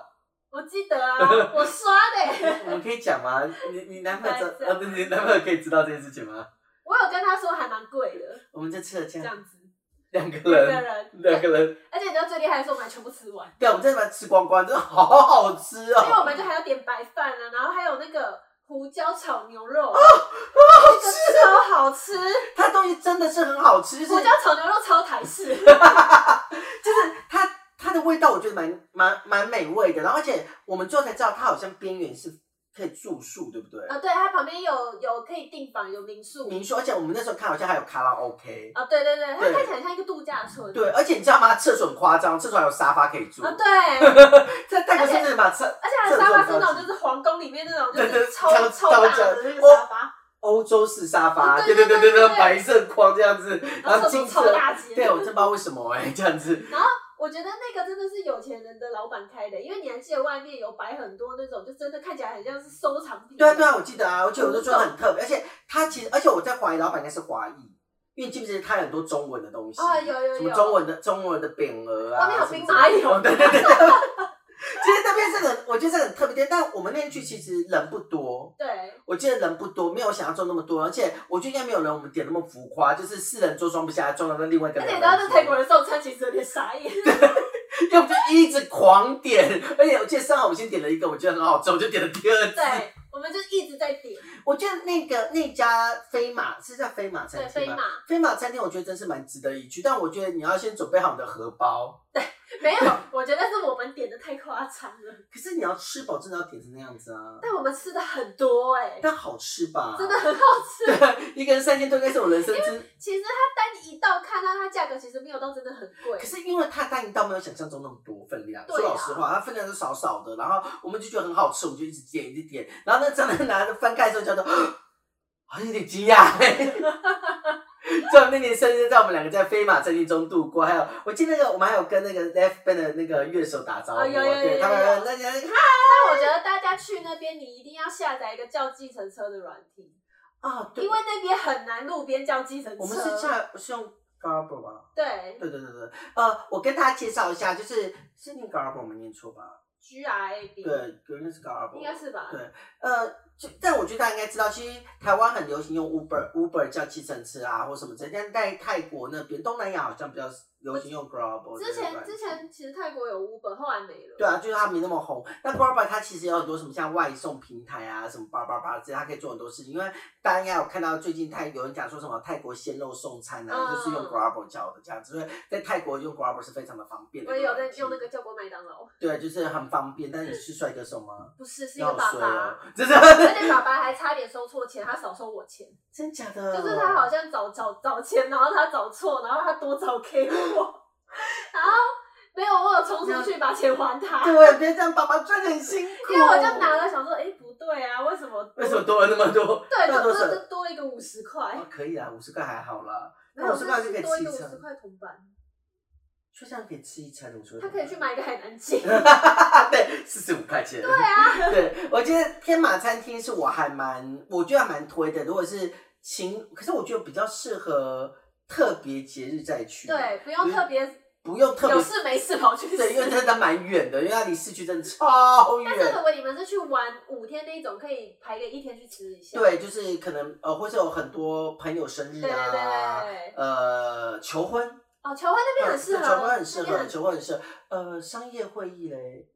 Speaker 1: 我记得啊，我刷的欸、
Speaker 2: 我们可以讲吗？你你男朋友知
Speaker 1: 不
Speaker 2: 道？
Speaker 1: 然
Speaker 2: 呃，不是你男朋友可以知道这件事情吗？
Speaker 1: 我有跟他说还蛮贵的，
Speaker 2: 我们就吃了这
Speaker 1: 这
Speaker 2: 样
Speaker 1: 样子，
Speaker 2: 两
Speaker 1: 一
Speaker 2: 个
Speaker 1: 个
Speaker 2: 人，
Speaker 1: 人，
Speaker 2: 两个人，
Speaker 1: 而且你知道最厉害的是我们还全部吃完，
Speaker 2: 对，我们在那边吃光光，真的好好吃哦。
Speaker 1: 因为我们就还要点白饭啊，然后还有那个胡椒炒牛肉，哦那个超好吃，哦
Speaker 2: 它东西真的是很好吃，就
Speaker 1: 胡
Speaker 2: 是
Speaker 1: 椒炒牛肉超台 式，
Speaker 2: 就是它它的味道，我觉得蛮蛮蛮美味的。然后而且我们最后才知道，它好像边缘是可以住宿，对不对？
Speaker 1: 啊，对，它旁边有有可以订房，有民宿，
Speaker 2: 民宿，而且我们那时候看好像还有卡拉 OK。
Speaker 1: 啊，对对对，它
Speaker 2: 对
Speaker 1: 看起来像一个度假村，
Speaker 2: 对，而且你知道吗？厕所很夸张，厕所还有沙发可以坐
Speaker 1: 啊。对，
Speaker 2: 在泰国是不是把厕
Speaker 1: 而且它的沙发是那种就是皇宫里面那种就
Speaker 2: 对
Speaker 1: 是
Speaker 2: 对
Speaker 1: 超
Speaker 2: 超
Speaker 1: 超大
Speaker 2: 超
Speaker 1: 的那个沙发，
Speaker 2: 欧洲式沙发？
Speaker 1: 啊对
Speaker 2: 对
Speaker 1: 对
Speaker 2: 对对
Speaker 1: 对对
Speaker 2: 对
Speaker 1: 对
Speaker 2: 对，白色框这样子，
Speaker 1: 然
Speaker 2: 然
Speaker 1: 后
Speaker 2: 后
Speaker 1: 手
Speaker 2: 金
Speaker 1: 都超
Speaker 2: 色。
Speaker 1: 大截，
Speaker 2: 对，我真不知道为什么哎，这样子。
Speaker 1: 我觉得那个真的是有钱人的老板开的，因为你还记得外面有摆很多那种，就真的看起来很像是收藏品。
Speaker 2: 对啊对啊，我记得啊，而且我就觉得很特别，而且他其实，而且我在怀疑老板应该是华裔，因为记不记得他有很多中文的东西
Speaker 1: 啊有有有
Speaker 2: 什么中文的中文的匾额啊，
Speaker 1: 外面有
Speaker 2: 什
Speaker 1: 兵
Speaker 2: 么之
Speaker 1: 马
Speaker 2: 类的
Speaker 1: 俑
Speaker 2: 对对对。对 其实那边是很，我觉得这个很特别的，但我们那天去其实人不多，
Speaker 1: 对
Speaker 2: 我记得人不多，没有想象中那么多，而且我觉得应该没有人我们点那么浮夸，就是四人桌装不下，装到那另外一个
Speaker 1: 而
Speaker 2: 人
Speaker 1: 且
Speaker 2: 桌。
Speaker 1: 你知道那泰国人送餐其实有点傻眼，
Speaker 2: 要不就一直狂点，而且我记得上海我们先点了一个，我觉得很好吃，我就点了第二次。
Speaker 1: 对，我们就一直在点，
Speaker 2: 我觉得那个那家飞马是叫飞马餐
Speaker 1: 对
Speaker 2: 厅
Speaker 1: 飞
Speaker 2: 吗
Speaker 1: 马
Speaker 2: 飞马餐厅，我觉得真是蛮值得一去，但我觉得你要先准备好你的荷包。
Speaker 1: 没有，我觉得是我们点的太夸张了，
Speaker 2: 可是你要吃饱，真的要点成那样子啊！
Speaker 1: 但我们吃的很多哎、
Speaker 2: 但好吃吧？
Speaker 1: 真的，很好 吃。
Speaker 2: 一个人三千多应该是我人生之。
Speaker 1: 其实它单一道看到它价格其实没有到真的很贵
Speaker 2: 可，是因为它单一道没有想象中那么多分量，
Speaker 1: 对啊
Speaker 2: 说老实话，它分量是少少的，然后我们就觉得很好吃，我们就一直点一直点，然后那张单拿着翻开的时候，叫做 好像有点惊讶、 欸。在我那年生日，在我们两个在飞马餐厅中度过，还有我记得那个我们还有跟那个 Left Band 的那个乐手打招呼，啊
Speaker 1: 哦有有有有
Speaker 2: 对他们
Speaker 1: 有
Speaker 2: 那那
Speaker 1: 但我觉得大家去那边你一定要下载一个叫计程车的软体，
Speaker 2: 啊，对
Speaker 1: 因，为那边很难路边叫计程车。
Speaker 2: 我们是下是用 Garbo 吧？
Speaker 1: 对
Speaker 2: 对对对对，呃，我跟大家介绍一下，就是是念 Garbo 我们念错吧？
Speaker 1: G R A B，
Speaker 2: 对，应该是 Garbo，
Speaker 1: 应该是吧？
Speaker 2: 对呃，就但我觉得大家应该知道，其实台湾很流行用 Uber，Uber 叫计程车啊，或什么之类。但在泰国那边，东南亚好像比较流行用 Grab。
Speaker 1: 之前之。前其实泰国有 Uber，后来没了。
Speaker 2: 对啊，就是它没那么红。那 Grab 它其实有很多什么像外送平台啊，什么叭叭叭之类，它可以做很多事情。因为大家应该有看到最近泰有人讲说什么泰国鲜肉送餐啊，
Speaker 1: 嗯
Speaker 2: 就是用 Grab 叫的这样子，所以在泰国用 Grab 是非常的方便的
Speaker 1: 我
Speaker 2: 一
Speaker 1: 也
Speaker 2: 个
Speaker 1: 有
Speaker 2: 软
Speaker 1: 在
Speaker 2: 件。
Speaker 1: 用那个叫过麦当劳，
Speaker 2: 对，就是很方便。但你是帅哥送吗？
Speaker 1: 不是是一
Speaker 2: 要
Speaker 1: 个爸
Speaker 2: 睡哦
Speaker 1: 爸，，
Speaker 2: 就是
Speaker 1: 而且爸爸还差点收错钱，他少收我钱，
Speaker 2: 真假的，
Speaker 1: 就是他好像找找找钱，然后他找错，然后他多找给我，然后没有我有冲出去把钱 还他，
Speaker 2: 对，啊别这样，爸爸赚得很辛苦。
Speaker 1: 因为我就拿了想说，哎不对啊，为什么
Speaker 2: 为什么多了那么多？
Speaker 1: 对，
Speaker 2: 那
Speaker 1: 就
Speaker 2: 多
Speaker 1: 就就
Speaker 2: 少？
Speaker 1: 多一个五十块
Speaker 2: 哦，，可以啊，五十块还好啦。
Speaker 1: 没
Speaker 2: 那
Speaker 1: 有
Speaker 2: 五十块
Speaker 1: 就是
Speaker 2: 可以
Speaker 1: 多
Speaker 2: 吃
Speaker 1: 一
Speaker 2: 一
Speaker 1: 个五十
Speaker 2: 餐，
Speaker 1: 块铜板，
Speaker 2: 就这样可以吃一餐的，我说
Speaker 1: 他可以去。买一个海南 鸡，
Speaker 2: 对，四十五块钱。对啊， 对，我觉得天马餐厅是我还蛮，我觉得还蛮推的。如果是情，可是我觉得比较适合特别节日再去，
Speaker 1: 对，，不用特别
Speaker 2: 不用嗯特
Speaker 1: 有
Speaker 2: 别，
Speaker 1: 事没事跑去 吃，
Speaker 2: 对，因为真的蛮远的，因为它离市区真的超
Speaker 1: 但是
Speaker 2: 远
Speaker 1: 如。果你们是去玩五天那一种，可以排个一天去吃一下。
Speaker 2: 对，就是可能呃，或是有很多朋友生日
Speaker 1: 对对
Speaker 2: 啊，
Speaker 1: 对对。
Speaker 2: 呃，求婚，嗯
Speaker 1: 哦，球会那边很适合，
Speaker 2: 求婚很适
Speaker 1: 那边
Speaker 2: 合，求婚很适合。呃，商业会议嘞，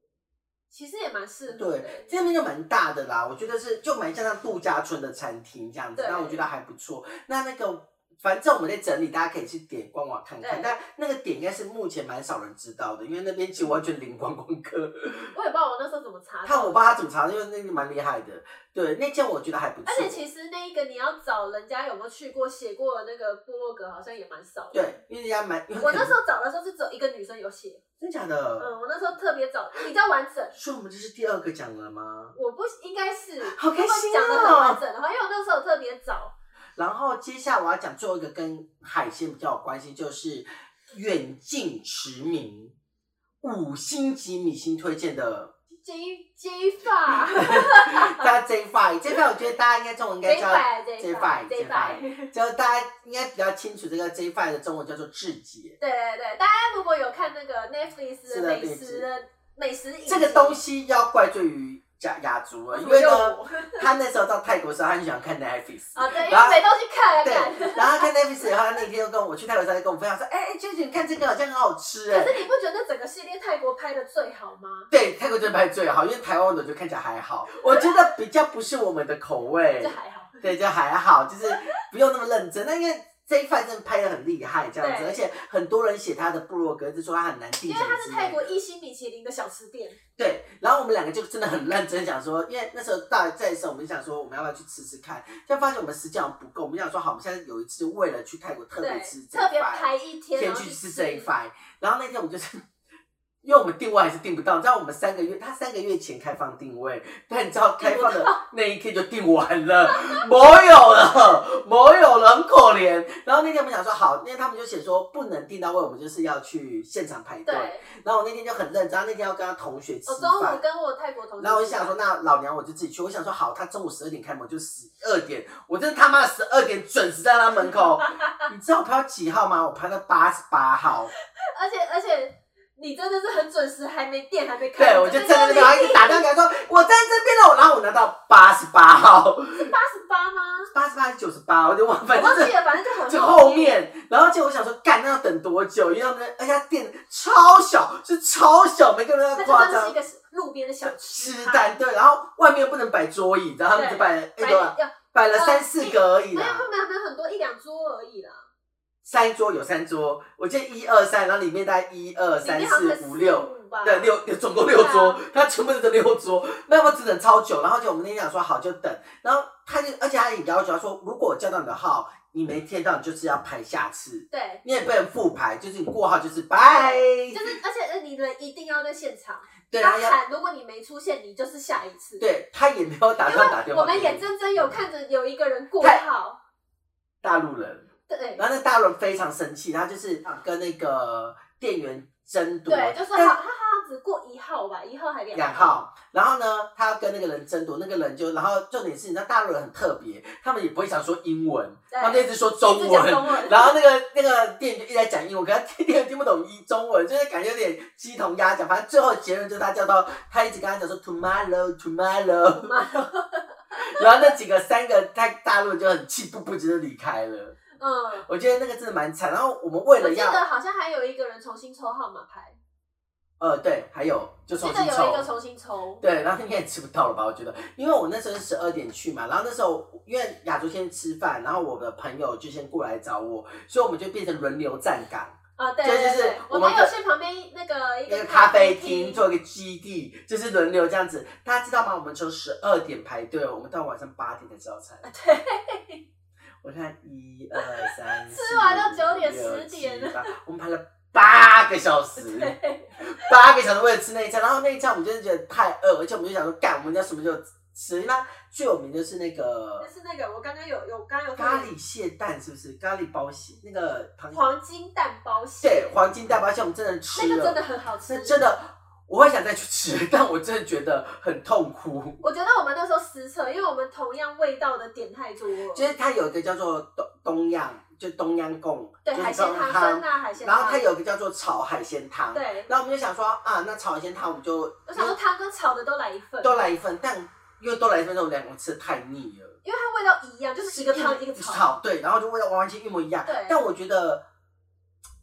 Speaker 1: 其实也蛮适合的。欸
Speaker 2: 对，这边就蛮大的啦。我觉得是就蛮像那度假村的餐厅这样子，
Speaker 1: 对
Speaker 2: 那我觉得还不错。那那个反正我们在整理，大家可以去点官网看看。
Speaker 1: 对
Speaker 2: 但那个点应该是目前蛮少人知道的，因为那边其实完全零观光客。
Speaker 1: 我也不知道我那时候怎么查
Speaker 2: 看我
Speaker 1: 到。
Speaker 2: 爸他怎么查的，因为那个蛮厉害的。对，那间我觉得还不错
Speaker 1: 而。且其实那一个你要找人家有没有去过、写过的那个部落格，好像也蛮少的。
Speaker 2: 对，因为人家蛮……因为
Speaker 1: 我那时候找的时候是只有一个女生有写，
Speaker 2: 真假的，
Speaker 1: 嗯，我那时候特别找比较完整。
Speaker 2: 所以我们这是第二个讲了吗？
Speaker 1: 我不应该是，
Speaker 2: 好开心哦
Speaker 1: 如果讲的很完整的话，因为我那时候有特别找，
Speaker 2: 然后接下来我要讲最后一个跟海鲜比较有关系，就是远近驰名五星级米星推荐 的。
Speaker 1: 金金发
Speaker 2: 大家 J Five J Five，我觉得大家应该中 文应该
Speaker 1: 这一
Speaker 2: 叫
Speaker 1: 百这一
Speaker 2: J
Speaker 1: 百
Speaker 2: Five
Speaker 1: 这
Speaker 2: J
Speaker 1: 一百
Speaker 2: Five，。就大家应该比较清楚这个 J Five 的中文叫做智杰。
Speaker 1: 对对对，大家如果有看那个 Netflix
Speaker 2: 是
Speaker 1: 的
Speaker 2: 的
Speaker 1: 美
Speaker 2: 对
Speaker 1: 食的美食影集，
Speaker 2: 这个东西要怪罪于亚亚族了，因为
Speaker 1: 又
Speaker 2: 呢
Speaker 1: 我，
Speaker 2: 他那时候到泰国的时候，他很喜欢看 Netflix。
Speaker 1: 啊，对，因
Speaker 2: 然后
Speaker 1: 为没东西看啊，
Speaker 2: 对
Speaker 1: 看。，
Speaker 2: 然后他看 Netflix 以后，他那天就跟我我去泰国的时候，他就跟我分享说：“哎、哎，娟娟，你看这个好像很好吃哎、
Speaker 1: 可是你不觉得整个系列泰国拍的最好吗？
Speaker 2: 对，泰国这边拍最好，因为台湾的就看起来还好，我觉得比较不是我们的口味
Speaker 1: 这。还好，
Speaker 2: 对，就还好，就是不用那么认真。那因为这一番真的拍的很厉害，这样子，
Speaker 1: 对
Speaker 2: 而且很多人写他的部落格，就说他很难定。
Speaker 1: 因为它是泰国一星米其林的小吃店，
Speaker 2: 对，然后我们两个就真的很认真想说，因为那时候大在的时候，我们就想说我们要不要去吃吃看，就发现我们时间好像不够，我们想说好，我们现在有一次为了去泰国特
Speaker 1: 对
Speaker 2: 别吃，这
Speaker 1: 特别
Speaker 2: 一番，
Speaker 1: 排一天，然
Speaker 2: 先
Speaker 1: 后
Speaker 2: 去吃
Speaker 1: 吃
Speaker 2: 这一番，然后那天我们就是。因为我们定位还是定不到，你知道我们三个月，他三个月前开放定位，但你知道开放的那一天就定完了，没有了，没有了，很可怜。然后那天我们想说好，因为他们就写说不能定到位，我们就是要去现场排队。
Speaker 1: 对，
Speaker 2: 然后我那天就很认真，那天要跟他同学吃
Speaker 1: 我中午
Speaker 2: 饭。
Speaker 1: 跟我泰国同事，
Speaker 2: 然后我就想说，，那老娘我就自己去。我想说，好，他中午十二点开门，我就十二点，我真的他妈十二点准时在他门口。 你知道我排到几号吗？我排到八十八号。
Speaker 1: 而且而且你真的是很准时，还没店还没开，
Speaker 2: 对，我就
Speaker 1: 在
Speaker 2: 站在那边，然后一直打电话给他说，我站这边哦了。然后我拿到八十八号，
Speaker 1: 八十八吗？
Speaker 2: 八十八还是九十八，我就忘，
Speaker 1: 我
Speaker 2: 反正
Speaker 1: 忘
Speaker 2: 是
Speaker 1: 记了，反正就很
Speaker 2: 就后，面，然后就我想说，干那要等多久？因为他们而且他店超小，是超小，每个人
Speaker 1: 那
Speaker 2: 都
Speaker 1: 就
Speaker 2: 夸
Speaker 1: 真的是
Speaker 2: 张
Speaker 1: 一。个路边的小
Speaker 2: 吃
Speaker 1: 摊
Speaker 2: 单对，然后外面不能摆桌椅，然后他们就摆了那
Speaker 1: 买
Speaker 2: 个
Speaker 1: 要
Speaker 2: 摆了三四个而已
Speaker 1: 呃没有，
Speaker 2: 啦，
Speaker 1: 他们还有很多一两桌而已啦。
Speaker 2: 三桌有三桌，我记得一二三，然后里面大概一二
Speaker 1: 里
Speaker 2: 三
Speaker 1: 面好像
Speaker 2: 四
Speaker 1: 才
Speaker 2: 五六。
Speaker 1: 五吧。
Speaker 2: 对，六总共六
Speaker 1: 对
Speaker 2: 桌
Speaker 1: 啊，
Speaker 2: 他全部都是六桌，那我只能超久。然后就我们那天讲说好就等，然后他就而且他也要求他说，如果我叫到你的号，你没听到，你就是要排下次，
Speaker 1: 对，
Speaker 2: 你也不能复排，就是你过号就是拜。
Speaker 1: 就是而且呃你人一定要在现场，
Speaker 2: 嗯对，
Speaker 1: 他
Speaker 2: 他要
Speaker 1: 喊如果你没出现，你就是下一次。，
Speaker 2: 对他也没有打算打
Speaker 1: 因为
Speaker 2: 电
Speaker 1: 我
Speaker 2: 话给
Speaker 1: 们
Speaker 2: 你，
Speaker 1: 眼睁睁有看着有一个人过
Speaker 2: 太
Speaker 1: 号，
Speaker 2: 大陆人。
Speaker 1: 对
Speaker 2: 然后那大人非常生气，他就是跟那个店员争夺，
Speaker 1: 对，就说
Speaker 2: 但
Speaker 1: 好，他好像只过一号吧，一号还两
Speaker 2: 两号。然后呢，他跟那个人争夺，那个人就，然后重点是，你知道大陆人很特别，他们也不会想说英文，
Speaker 1: 对，
Speaker 2: 他们就一直说中
Speaker 1: 一直讲
Speaker 2: 文。
Speaker 1: 中文，
Speaker 2: 然后那个那个店员就一直在讲英文，可他店员听不懂一中文，就是感觉有点鸡同鸭讲。反正最后结论就是他叫到，他一直跟他讲说 tomorrow tomorrow，然后那几个三个在大陆就很气不不就离开了。
Speaker 1: 嗯。
Speaker 2: 我觉得那个真的蛮惨。然后我们为
Speaker 1: 我
Speaker 2: 了
Speaker 1: 记
Speaker 2: 要
Speaker 1: 得好像还有一个人重新抽号码牌，
Speaker 2: 呃，对，还有就
Speaker 1: 记
Speaker 2: 重
Speaker 1: 得
Speaker 2: 新
Speaker 1: 有一个
Speaker 2: 抽。
Speaker 1: 重新抽，
Speaker 2: 对，然后应该也吃不到了吧？我觉得，因为我那时候是十二点去嘛，然后那时候因为雅竹先吃饭，然后我的朋友就先过来找我，所以我们就变成轮流站岗，
Speaker 1: 啊，对
Speaker 2: 就
Speaker 1: 对
Speaker 2: 是
Speaker 1: 对，
Speaker 2: 我
Speaker 1: 我
Speaker 2: 们
Speaker 1: 们有去旁边那个一
Speaker 2: 一个
Speaker 1: 个
Speaker 2: 咖啡厅
Speaker 1: 厅，
Speaker 2: 做一个基地，就是轮流这样子。大家知道吗？我们从十二点排队，哦我们到晚上八点才吃早餐。
Speaker 1: 啊对，
Speaker 2: 我看一二三，
Speaker 1: 吃完
Speaker 2: 四
Speaker 1: 到九点
Speaker 2: 五六
Speaker 1: 十点
Speaker 2: 七八我们排了八个小时。
Speaker 1: 对。
Speaker 2: 八个小时为了吃那一餐，然后那一餐我们就是觉得太饿，而且我们就想说，干，我们要什么就吃。那最有名就是那个
Speaker 1: 但是那个我刚刚有有刚刚有
Speaker 2: 咖喱蟹蛋，是不是？咖喱包蟹，那个螃蟹，
Speaker 1: 黄金蛋包蟹，
Speaker 2: 对，黄金大包蟹，我们真的吃
Speaker 1: 那
Speaker 2: 了，
Speaker 1: 个真的很好吃
Speaker 2: 那。真的，我会想再去吃，但我真的觉得很痛苦。
Speaker 1: 我觉得我们那时候失策，因为我们同样味道的点太多了，
Speaker 2: 就是它有一个叫做东东洋，就东洋贡，
Speaker 1: 对
Speaker 2: 就是
Speaker 1: 海鲜汤、酸辣海鲜
Speaker 2: 然
Speaker 1: 汤，
Speaker 2: 后它有一个叫做炒海鲜汤，
Speaker 1: 对，
Speaker 2: 然后我们就想说啊，那炒海鲜汤我们就
Speaker 1: 我想说汤跟炒的都来一份，
Speaker 2: 都来一份，但因为都来一份，我们两个吃得太腻了。
Speaker 1: 因为它味道一样，就是一个汤一个炒。
Speaker 2: 炒，对，然后就味道完完全一模一样。
Speaker 1: 对
Speaker 2: 但我觉得，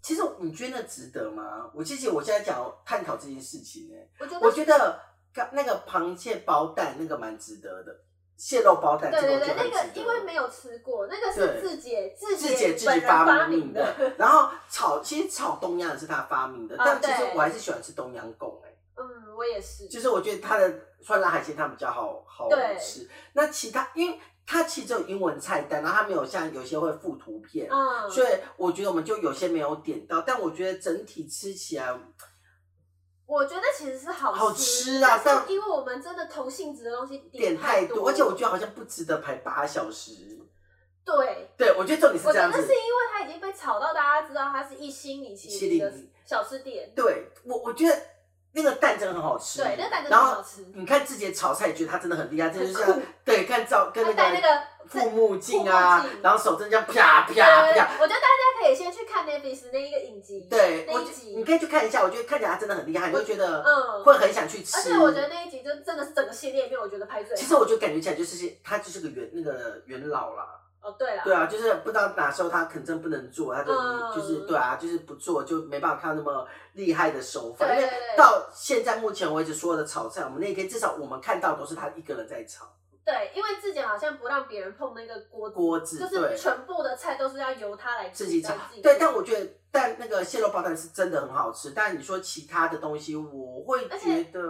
Speaker 2: 其实你觉得那值得吗？我其实我现在讲探讨这件事情呢、欸
Speaker 1: 我觉
Speaker 2: 我
Speaker 1: 得
Speaker 2: 觉得刚那个螃蟹包蛋那个蛮值得的，蟹肉包蛋，
Speaker 1: 对
Speaker 2: 这
Speaker 1: 对
Speaker 2: 我
Speaker 1: 对
Speaker 2: 就，
Speaker 1: 那
Speaker 2: 很
Speaker 1: 个
Speaker 2: 值
Speaker 1: 因
Speaker 2: 得
Speaker 1: 为没有吃过，那
Speaker 2: 对
Speaker 1: 个是自己自
Speaker 2: 自己
Speaker 1: 己
Speaker 2: 自
Speaker 1: 本
Speaker 2: 己
Speaker 1: 人发
Speaker 2: 明
Speaker 1: 明
Speaker 2: 的
Speaker 1: 的。，
Speaker 2: 然后炒其实炒东阳也是他发明的，
Speaker 1: 啊
Speaker 2: 但其实
Speaker 1: 对
Speaker 2: 我还是喜欢吃东阳贡哎、
Speaker 1: 嗯，我也是。
Speaker 2: 就是我觉得它的酸辣海鲜汤比较好好
Speaker 1: 对
Speaker 2: 吃。那其他因为它其实只有英文菜单，然后它没有像有些会附图片，
Speaker 1: 嗯，
Speaker 2: 所以我觉得我们就有些没有点到，但我觉得整体吃起来
Speaker 1: 我觉得其实是好
Speaker 2: 好吃啊
Speaker 1: 但
Speaker 2: 但
Speaker 1: 是因为我们真的同性质的东西
Speaker 2: 点
Speaker 1: 太
Speaker 2: 太多，而且我觉得好像不值得排八小时。
Speaker 1: 对，
Speaker 2: 对，我觉得重点是
Speaker 1: 我
Speaker 2: 这
Speaker 1: 觉
Speaker 2: 样
Speaker 1: 得
Speaker 2: 子
Speaker 1: 是因。为它已经被炒到大家知道它是一星米其林的
Speaker 2: 米其林
Speaker 1: 小吃店，
Speaker 2: 对我，我觉得那个蛋真的很好吃。
Speaker 1: 对，那蛋真的
Speaker 2: 然
Speaker 1: 很
Speaker 2: 后
Speaker 1: 好吃。
Speaker 2: 你看自己的炒菜，觉得它真的很厉害，这就
Speaker 1: 很
Speaker 2: 像
Speaker 1: 酷
Speaker 2: 对看照跟
Speaker 1: 他戴那个
Speaker 2: 护目镜啊
Speaker 1: 护目，镜
Speaker 2: 然后手真的这样啪
Speaker 1: 对
Speaker 2: 啪
Speaker 1: 对对
Speaker 2: 啪。，
Speaker 1: 我觉得大家可以先去看 Netflix 那一个影集，
Speaker 2: 对，
Speaker 1: 那
Speaker 2: 我
Speaker 1: 一
Speaker 2: 觉
Speaker 1: 集
Speaker 2: 你可以去看一下，我觉得看起来它真的很厉害，你会觉得
Speaker 1: 嗯，
Speaker 2: 会很想去吃。
Speaker 1: 而且我觉得那一集就真的是整个系列里面，我觉得拍最好。
Speaker 2: 其实我就感觉起来就是它就是个元那个元老啦，
Speaker 1: 哦，对了，
Speaker 2: 对啊，就是不知道哪时候他可能真不能做，他就
Speaker 1: 嗯
Speaker 2: 就是对啊，就是不做就没办法看到那么厉害的手法，
Speaker 1: 对
Speaker 2: 因
Speaker 1: 对
Speaker 2: 为
Speaker 1: 对
Speaker 2: 到现在目前为止所有的炒菜，我们那天至少我们看到都是他一个人在炒
Speaker 1: 对，因为自己好像不让别人碰那个锅子，
Speaker 2: 锅子，
Speaker 1: 就是
Speaker 2: 对，
Speaker 1: 全部的菜都是要由他来
Speaker 2: 自己炒
Speaker 1: 来自，己
Speaker 2: 对，但我觉得。但那个蟹肉包蛋是真的很好吃，但你说其他的东西，我会
Speaker 1: 而
Speaker 2: 觉
Speaker 1: 且
Speaker 2: 得，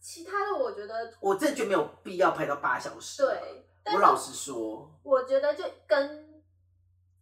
Speaker 1: 其他的我觉得
Speaker 2: 我真的觉得没有必要排到八小时。，
Speaker 1: 对，但
Speaker 2: 啊我
Speaker 1: 是
Speaker 2: 老实说，
Speaker 1: 我觉得就跟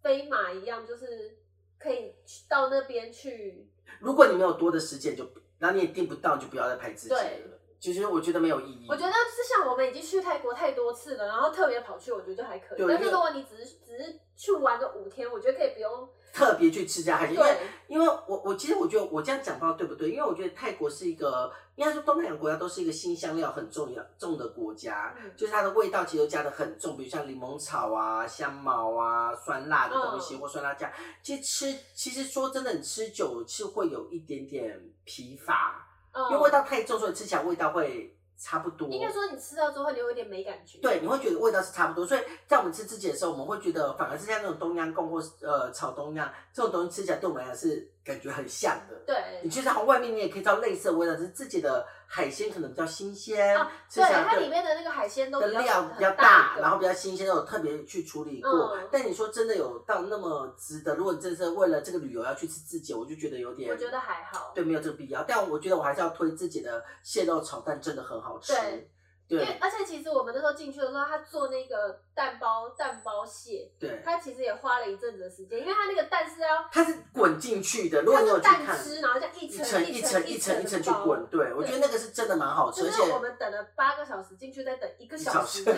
Speaker 1: 飞马一样，就是可以去到那边去，
Speaker 2: 如果你没有多的时间，就不然后你也订不到，就不要再排自己
Speaker 1: 对
Speaker 2: 了。其实我觉得没有意义。
Speaker 1: 我觉得是像我们已经去泰国太多次了，然后特别跑去，我觉得就还可以
Speaker 2: 对。
Speaker 1: 但
Speaker 2: 因
Speaker 1: 是
Speaker 2: 为
Speaker 1: 如果你只是只是去玩个五天，我觉得可以不用。
Speaker 2: 特别去吃家海鲜，因为
Speaker 1: 对，
Speaker 2: 因为我我其实我觉得我这样讲不知道对不对，因为我觉得泰国是一个应该说东南亚国家都是一个新香料很重要重的国家，
Speaker 1: 嗯
Speaker 2: 就是它的味道其实都加的很重，比如像柠檬草啊、香茅啊、酸辣的东西、
Speaker 1: 嗯
Speaker 2: 或酸辣酱，其实吃其实说真的，你吃久是会有一点点疲乏，因为味
Speaker 1: 嗯，
Speaker 2: 道太重，所以吃起来味道会差不多。
Speaker 1: 应该说你吃到之后会有一点没感觉。
Speaker 2: 对，你会觉得味道是差不多，所以在我们吃自己的时候，我们会觉得反而是像那种东阳贡或是呃炒东阳这种东西吃起来，对我们来讲是感觉很像的。
Speaker 1: 对
Speaker 2: 你，去到外面，你也可以到类似的味道，只是自己的海鲜可能比较新鲜，
Speaker 1: 啊
Speaker 2: 吃
Speaker 1: 对，
Speaker 2: 起来
Speaker 1: 它
Speaker 2: 更
Speaker 1: 里面的那个海鲜都
Speaker 2: 的
Speaker 1: 比较
Speaker 2: 料比较
Speaker 1: 很
Speaker 2: 大，
Speaker 1: 一个
Speaker 2: 然后比较新鲜，都有特别去处理过。
Speaker 1: 嗯
Speaker 2: 但你说真的有到那么值得？如果你真的是为了这个旅游要去吃自己，我就觉得有点，
Speaker 1: 我觉得还好。
Speaker 2: 对没有这个必要。但我觉得我还是要推自己的蟹肉炒蛋，真的很好吃。
Speaker 1: 对因
Speaker 2: 对
Speaker 1: 为而且其实我们那时候进去的时候，他做那个蛋包蛋包蟹，
Speaker 2: 对，
Speaker 1: 他其实也花了一阵子的时间，因为他那个蛋是要
Speaker 2: 它是滚进去的。如果
Speaker 1: 它
Speaker 2: 你有
Speaker 1: 是
Speaker 2: 去
Speaker 1: 蛋
Speaker 2: 看，
Speaker 1: 汁，然后这样一
Speaker 2: 一
Speaker 1: 层
Speaker 2: 层
Speaker 1: 一
Speaker 2: 一
Speaker 1: 层
Speaker 2: 层一
Speaker 1: 层
Speaker 2: 层一层去
Speaker 1: 包
Speaker 2: 滚，哦对我觉得那个是真的蛮好吃，
Speaker 1: 就
Speaker 2: 而
Speaker 1: 是我
Speaker 2: 且
Speaker 1: 们等了八个小时，进去再等一个
Speaker 2: 小
Speaker 1: 小
Speaker 2: 时
Speaker 1: 时，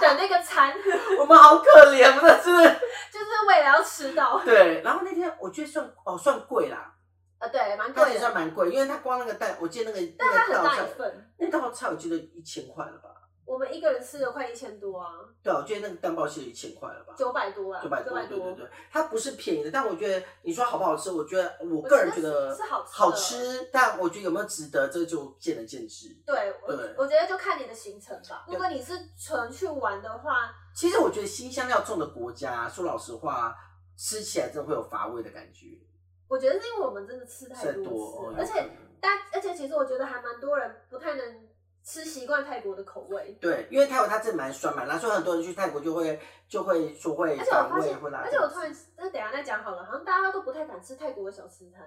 Speaker 1: 等那个餐，
Speaker 2: 我们好可怜，真的是。
Speaker 1: 就是为了要吃到。
Speaker 2: 对，然后那天我觉得算哦算贵啦，
Speaker 1: 啊，对，蛮
Speaker 2: 它
Speaker 1: 贵
Speaker 2: 也算
Speaker 1: 的，
Speaker 2: 蛮贵，因为它光那个蛋，我记得那个
Speaker 1: 但它
Speaker 2: 那个
Speaker 1: 很
Speaker 2: 道
Speaker 1: 大
Speaker 2: 菜
Speaker 1: 一，份，
Speaker 2: 那道菜我记得一千块了吧？
Speaker 1: 我们一个人吃了快一千多啊，
Speaker 2: 对啊，我记得那个蛋包蟹一千块了吧？
Speaker 1: 九百多啊，
Speaker 2: 九百
Speaker 1: 九
Speaker 2: 多，
Speaker 1: 百
Speaker 2: 对对
Speaker 1: 多，
Speaker 2: 对，它不是便宜的，但我觉得你说好不好吃，我觉得我
Speaker 1: 我
Speaker 2: 个人觉
Speaker 1: 是
Speaker 2: 得
Speaker 1: 是好吃的
Speaker 2: 好吃，但我觉得有没有值得，这个就见仁见智。
Speaker 1: 对，我
Speaker 2: 对
Speaker 1: 我觉得就看你的行程吧。
Speaker 2: 对
Speaker 1: 如果你是纯去玩的话，
Speaker 2: 其实我觉得新香料重的国家，说老实话，吃起来真的会有乏味的感觉，
Speaker 1: 我觉得是因为我们真的吃太
Speaker 2: 再
Speaker 1: 多
Speaker 2: 多
Speaker 1: 次，，
Speaker 2: 哦有
Speaker 1: 而
Speaker 2: 可
Speaker 1: 且
Speaker 2: 能
Speaker 1: 但而且其实我觉得还蛮多人不太能吃习惯泰国的口味，
Speaker 2: 对，因为泰国它真的蛮酸蛮辣，所以很多人去泰国就会就会说会
Speaker 1: 而且我
Speaker 2: 反
Speaker 1: 发
Speaker 2: 胃
Speaker 1: 现，
Speaker 2: 会辣肚子。
Speaker 1: 而且我突然那等一下再讲好了，好像大家都不太敢吃泰国的小吃摊。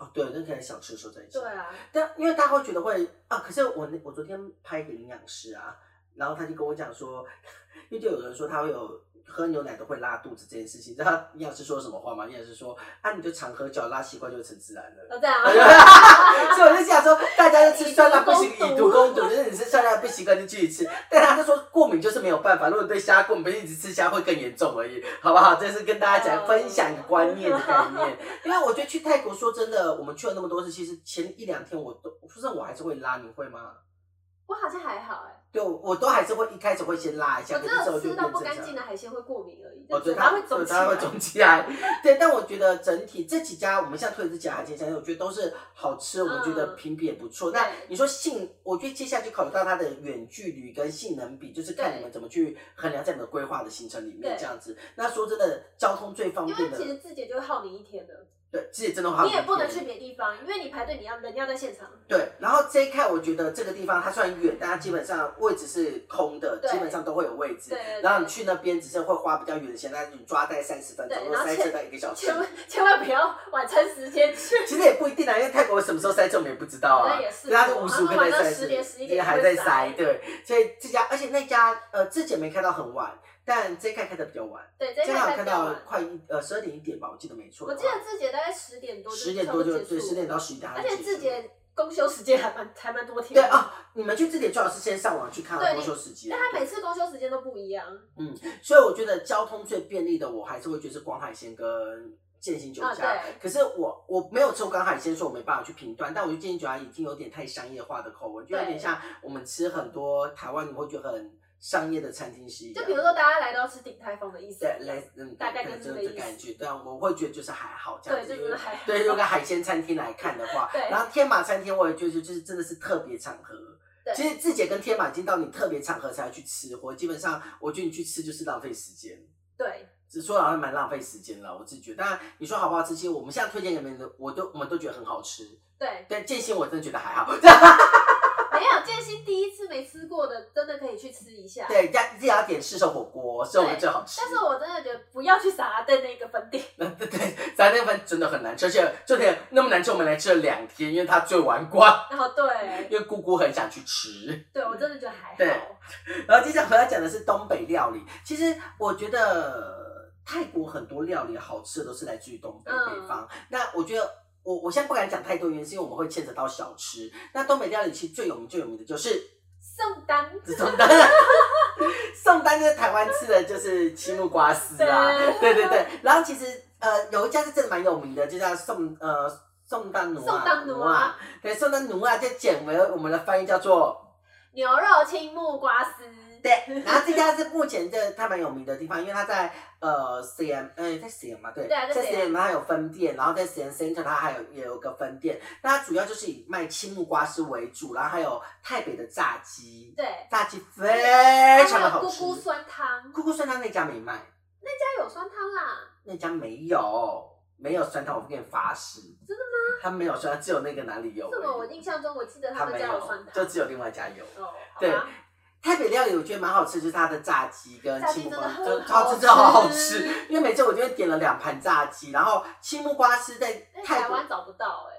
Speaker 2: 哦，对，那可能想吃的时候再吃。
Speaker 1: 对啊，
Speaker 2: 但因为大家会觉得会啊，可是我那我昨天拍一个营养师啊，然后他就跟我讲说，因为就有人说他会有喝牛奶都会拉肚子这件事情，你知道营养师说什么话吗？营养师说啊，你就常喝酒，拉习惯就会成自然了。
Speaker 1: 要这 样啊
Speaker 2: 所以我就想说，大家都吃酸辣不行，
Speaker 1: 以毒
Speaker 2: 以毒攻
Speaker 1: 攻毒
Speaker 2: 毒，就是你吃酸辣不习惯就继续吃。但他就说过敏就是没有办法，如果你对虾过敏，一直吃虾会更严重而已，好不好？这是跟大家讲
Speaker 1: 哦
Speaker 2: 分享一个观念的概念。因为我觉得去泰国，说真的，我们去了那么多次，其实前一两天我都，说真的，我还是会拉，你会吗？
Speaker 1: 我好像还好哎、
Speaker 2: 对，我都还是会一开始会先拉一下，
Speaker 1: 我
Speaker 2: 可
Speaker 1: 只
Speaker 2: 是之
Speaker 1: 有
Speaker 2: 后就
Speaker 1: 吃
Speaker 2: 变
Speaker 1: 到
Speaker 2: 正
Speaker 1: 不
Speaker 2: 常
Speaker 1: 干净的海鲜会过敏而已，
Speaker 2: 哦，对，
Speaker 1: 就嘴
Speaker 2: 它
Speaker 1: 巴会肿
Speaker 2: 对
Speaker 1: 起
Speaker 2: 它会
Speaker 1: 来。
Speaker 2: 肿起来。对，但我觉得整体这几家，我们现在推的这几家海鲜餐厅，我觉得都是好吃，我们觉得
Speaker 1: 嗯
Speaker 2: 评比也不错。
Speaker 1: 对
Speaker 2: 那你说性，我觉得接下去考虑到它的远距离跟性能比，就是看
Speaker 1: 对
Speaker 2: 你们怎么去衡量在你们规划的行程里面
Speaker 1: 对
Speaker 2: 这样子。那说真的，交通最方
Speaker 1: 因为
Speaker 2: 便的
Speaker 1: 其，实自己就会耗你一天的，
Speaker 2: 对，其实真的花
Speaker 1: 你也
Speaker 2: 很
Speaker 1: 不能
Speaker 2: 便宜
Speaker 1: 去别地方，因为你排队，你要人要在现场。
Speaker 2: 对，然后这一看，我觉得这个地方它虽然远，但它基本上位置是空的，
Speaker 1: 对
Speaker 2: 基本上都会有位置
Speaker 1: 对。对
Speaker 2: 然后你
Speaker 1: 对
Speaker 2: 去那边只是会花比较远的钱，但是你抓在三十分钟，
Speaker 1: 对
Speaker 2: 如果
Speaker 1: 然后
Speaker 2: 塞车
Speaker 1: 千
Speaker 2: 在一个小时
Speaker 1: 千。万千万不要晚餐时间去。
Speaker 2: 其实也不一定啊，因为泰国什么时候塞车我们也不知道啊。
Speaker 1: 那也是
Speaker 2: 对它是无时无刻在
Speaker 1: 他们晚
Speaker 2: 塞
Speaker 1: 上
Speaker 2: 车，
Speaker 1: 10点11点
Speaker 2: 还
Speaker 1: 会
Speaker 2: 在
Speaker 1: 塞
Speaker 2: 塞。对，所以这家，而且那家呃之前没开到很晚，但这一看开的比较晚，
Speaker 1: 对，这
Speaker 2: 这
Speaker 1: 一
Speaker 2: 一看
Speaker 1: 看才
Speaker 2: 开
Speaker 1: 比较
Speaker 2: 到
Speaker 1: 晚。
Speaker 2: 快一呃十二点一点吧，我记得没错
Speaker 1: 我
Speaker 2: 的
Speaker 1: 记
Speaker 2: 话。
Speaker 1: 得字节大概十点多就
Speaker 2: 十点
Speaker 1: 差
Speaker 2: 多
Speaker 1: 不
Speaker 2: 就
Speaker 1: 结束
Speaker 2: 对，十点到十一点它
Speaker 1: 而
Speaker 2: 就结束。
Speaker 1: 且字节公休时间还蛮还蛮多天。
Speaker 2: 对啊、你们去字典最好是先上网去看
Speaker 1: 对
Speaker 2: 多
Speaker 1: 你
Speaker 2: 休时间。
Speaker 1: 但他每次公休时间都不一样。
Speaker 2: 所以我觉得交通最便利的，我还是会觉得是广海鲜跟建新酒
Speaker 1: 啊，
Speaker 2: 家。
Speaker 1: 对，
Speaker 2: 可是我我没有吃过广海鲜，所以我没办法去评断。但我觉得建新酒家已经有点太商业化的口味，就有
Speaker 1: 对
Speaker 2: 点像我们吃很多台湾你会觉得很商业的餐厅是一样
Speaker 1: 就
Speaker 2: 的。
Speaker 1: 比如说大家来到吃鼎泰丰的意思
Speaker 2: 对，
Speaker 1: 一样。
Speaker 2: 类嗯，
Speaker 1: 大概
Speaker 2: 可能
Speaker 1: 就是
Speaker 2: 真的
Speaker 1: 这
Speaker 2: 这
Speaker 1: 意思
Speaker 2: 感觉。对啊，我会觉得就是还好这样
Speaker 1: 对，
Speaker 2: 子，
Speaker 1: 就
Speaker 2: 因
Speaker 1: 是
Speaker 2: 为
Speaker 1: 还好
Speaker 2: 对，如果海鲜餐厅来看的话，
Speaker 1: 对
Speaker 2: 然后天马餐厅，我也觉得就是真的是特别场合。
Speaker 1: 对
Speaker 2: 其实志姐跟天马已经到你特别场合才要去吃货，基本上我觉得你去吃就是浪费时间。
Speaker 1: 对
Speaker 2: 只说好像蛮浪费时间了，我自己觉得。当然，你说好不好吃，其实我们现在推荐给你们的，我都我们都觉得很好吃。
Speaker 1: 对，
Speaker 2: 但建新我真的觉得还好。
Speaker 1: 没有建新第一次没吃过的，真的可以去吃一下。
Speaker 2: 对，要自己要点市售火锅，是我们最好吃。
Speaker 1: 但是我真的觉得不要去撒在那个分店，
Speaker 2: 对 对，咱那份真的很难吃，而且重点那么难吃，我们来吃了两天，因为它最晚关，
Speaker 1: 然后哦 对，
Speaker 2: 因为姑姑很想去吃。
Speaker 1: 对我真的觉得还
Speaker 2: 对
Speaker 1: 好。
Speaker 2: 然后接下来我要讲的是东北料理。其实我觉得泰国很多料理好吃的都是来自于东北
Speaker 1: 嗯
Speaker 2: 北方。那我觉得我我现在不敢讲太多，原因是因为我们会牵扯到小吃。那东北料理其实最有名最有名的就是
Speaker 1: 宋丹，
Speaker 2: 宋丹。宋丹就是台湾吃的就是青木瓜丝啊，对对对。然后其实呃有一家是真的蛮有名的，就叫宋呃宋丹奴啊，
Speaker 1: 宋丹奴啊，
Speaker 2: 对宋丹奴啊，就简为我们的翻译叫做
Speaker 1: 牛肉青木瓜丝，
Speaker 2: 对，然后这家是目前这它蛮有名的地方，因为它在呃 C M 呃在 C M 嘛，对，
Speaker 1: 对啊在
Speaker 2: 在 C
Speaker 1: CM
Speaker 2: M 它有分店，然后在 C M Center 它还有也有个分店，那它主要就是以卖青木瓜丝为主，然后还有台北的炸鸡，
Speaker 1: 对，
Speaker 2: 炸鸡
Speaker 1: 还
Speaker 2: 非常的
Speaker 1: 有
Speaker 2: 好
Speaker 1: 姑
Speaker 2: 吃。
Speaker 1: 姑酸汤，
Speaker 2: 姑姑酸汤那家没卖，
Speaker 1: 家有酸汤啦，
Speaker 2: 那家没有没有酸汤，我跟你发誓，
Speaker 1: 真的
Speaker 2: 吗？它没有酸汤，只有那个哪里有而已？
Speaker 1: 这么我印象中我记得他
Speaker 2: 它
Speaker 1: 们
Speaker 2: 没
Speaker 1: 家有
Speaker 2: 有
Speaker 1: 酸，汤，
Speaker 2: 就只有另外一家有。
Speaker 1: 哦，好
Speaker 2: 对
Speaker 1: 吧，
Speaker 2: 台北料理我觉得蛮好吃，就是它的炸鸡跟
Speaker 1: 炸鸡
Speaker 2: 青木
Speaker 1: 真
Speaker 2: 瓜
Speaker 1: 的，
Speaker 2: 就
Speaker 1: 很
Speaker 2: 超
Speaker 1: 好
Speaker 2: 真的好好
Speaker 1: 吃
Speaker 2: 吃。因为每次我就会点了两盘炸鸡，然后青木瓜丝在
Speaker 1: 在
Speaker 2: 泰
Speaker 1: 台
Speaker 2: 国，
Speaker 1: 湾找不到哎，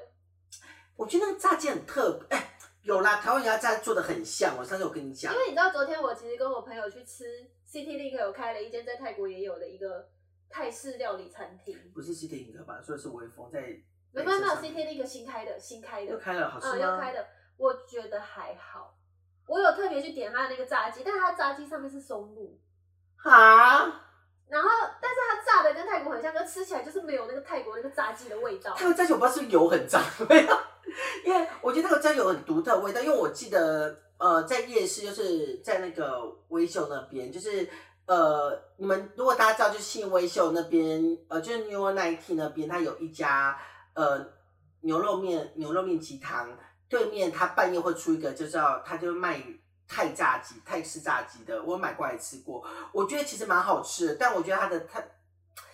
Speaker 2: 我觉得那个炸鸡很特别。哎、有啦，台湾有家炸鸡做的很像，我上次有跟你讲
Speaker 1: 因。为你知道昨天我其实跟我朋友去吃 City Link 有开了一间在泰国也有的一个泰式料理餐厅，
Speaker 2: 不是西点哥吧？所以是微风在。
Speaker 1: 没有没有没
Speaker 2: 在车
Speaker 1: 有
Speaker 2: 上
Speaker 1: City Link 新开的新开的
Speaker 2: 又，开了，好吃
Speaker 1: 嗯，
Speaker 2: 吗？
Speaker 1: 要开的，我觉得还好。我有特别去点它的那个炸鸡，但是它炸鸡上面是松露，
Speaker 2: 啊！
Speaker 1: 然后但是它炸的跟泰国很像，可是吃起来就是没有那个泰国那个炸鸡的味道。嗯
Speaker 2: 泰国炸鸡我不知道是不是油很脏，没有，因为我觉得那个酱油很独特的味道，因为我记得呃在夜市就是在那个微秀那边，就是呃你们如果大家知道就是信微秀那边，呃就是 New York Nineteen 那边，它有一家呃牛肉面牛肉面鸡汤，对面它半夜会出一个就叫它就卖。泰炸鸡、泰式炸鸡的，我买过来吃过，我觉得其实蛮好吃的，但我觉得它的泰，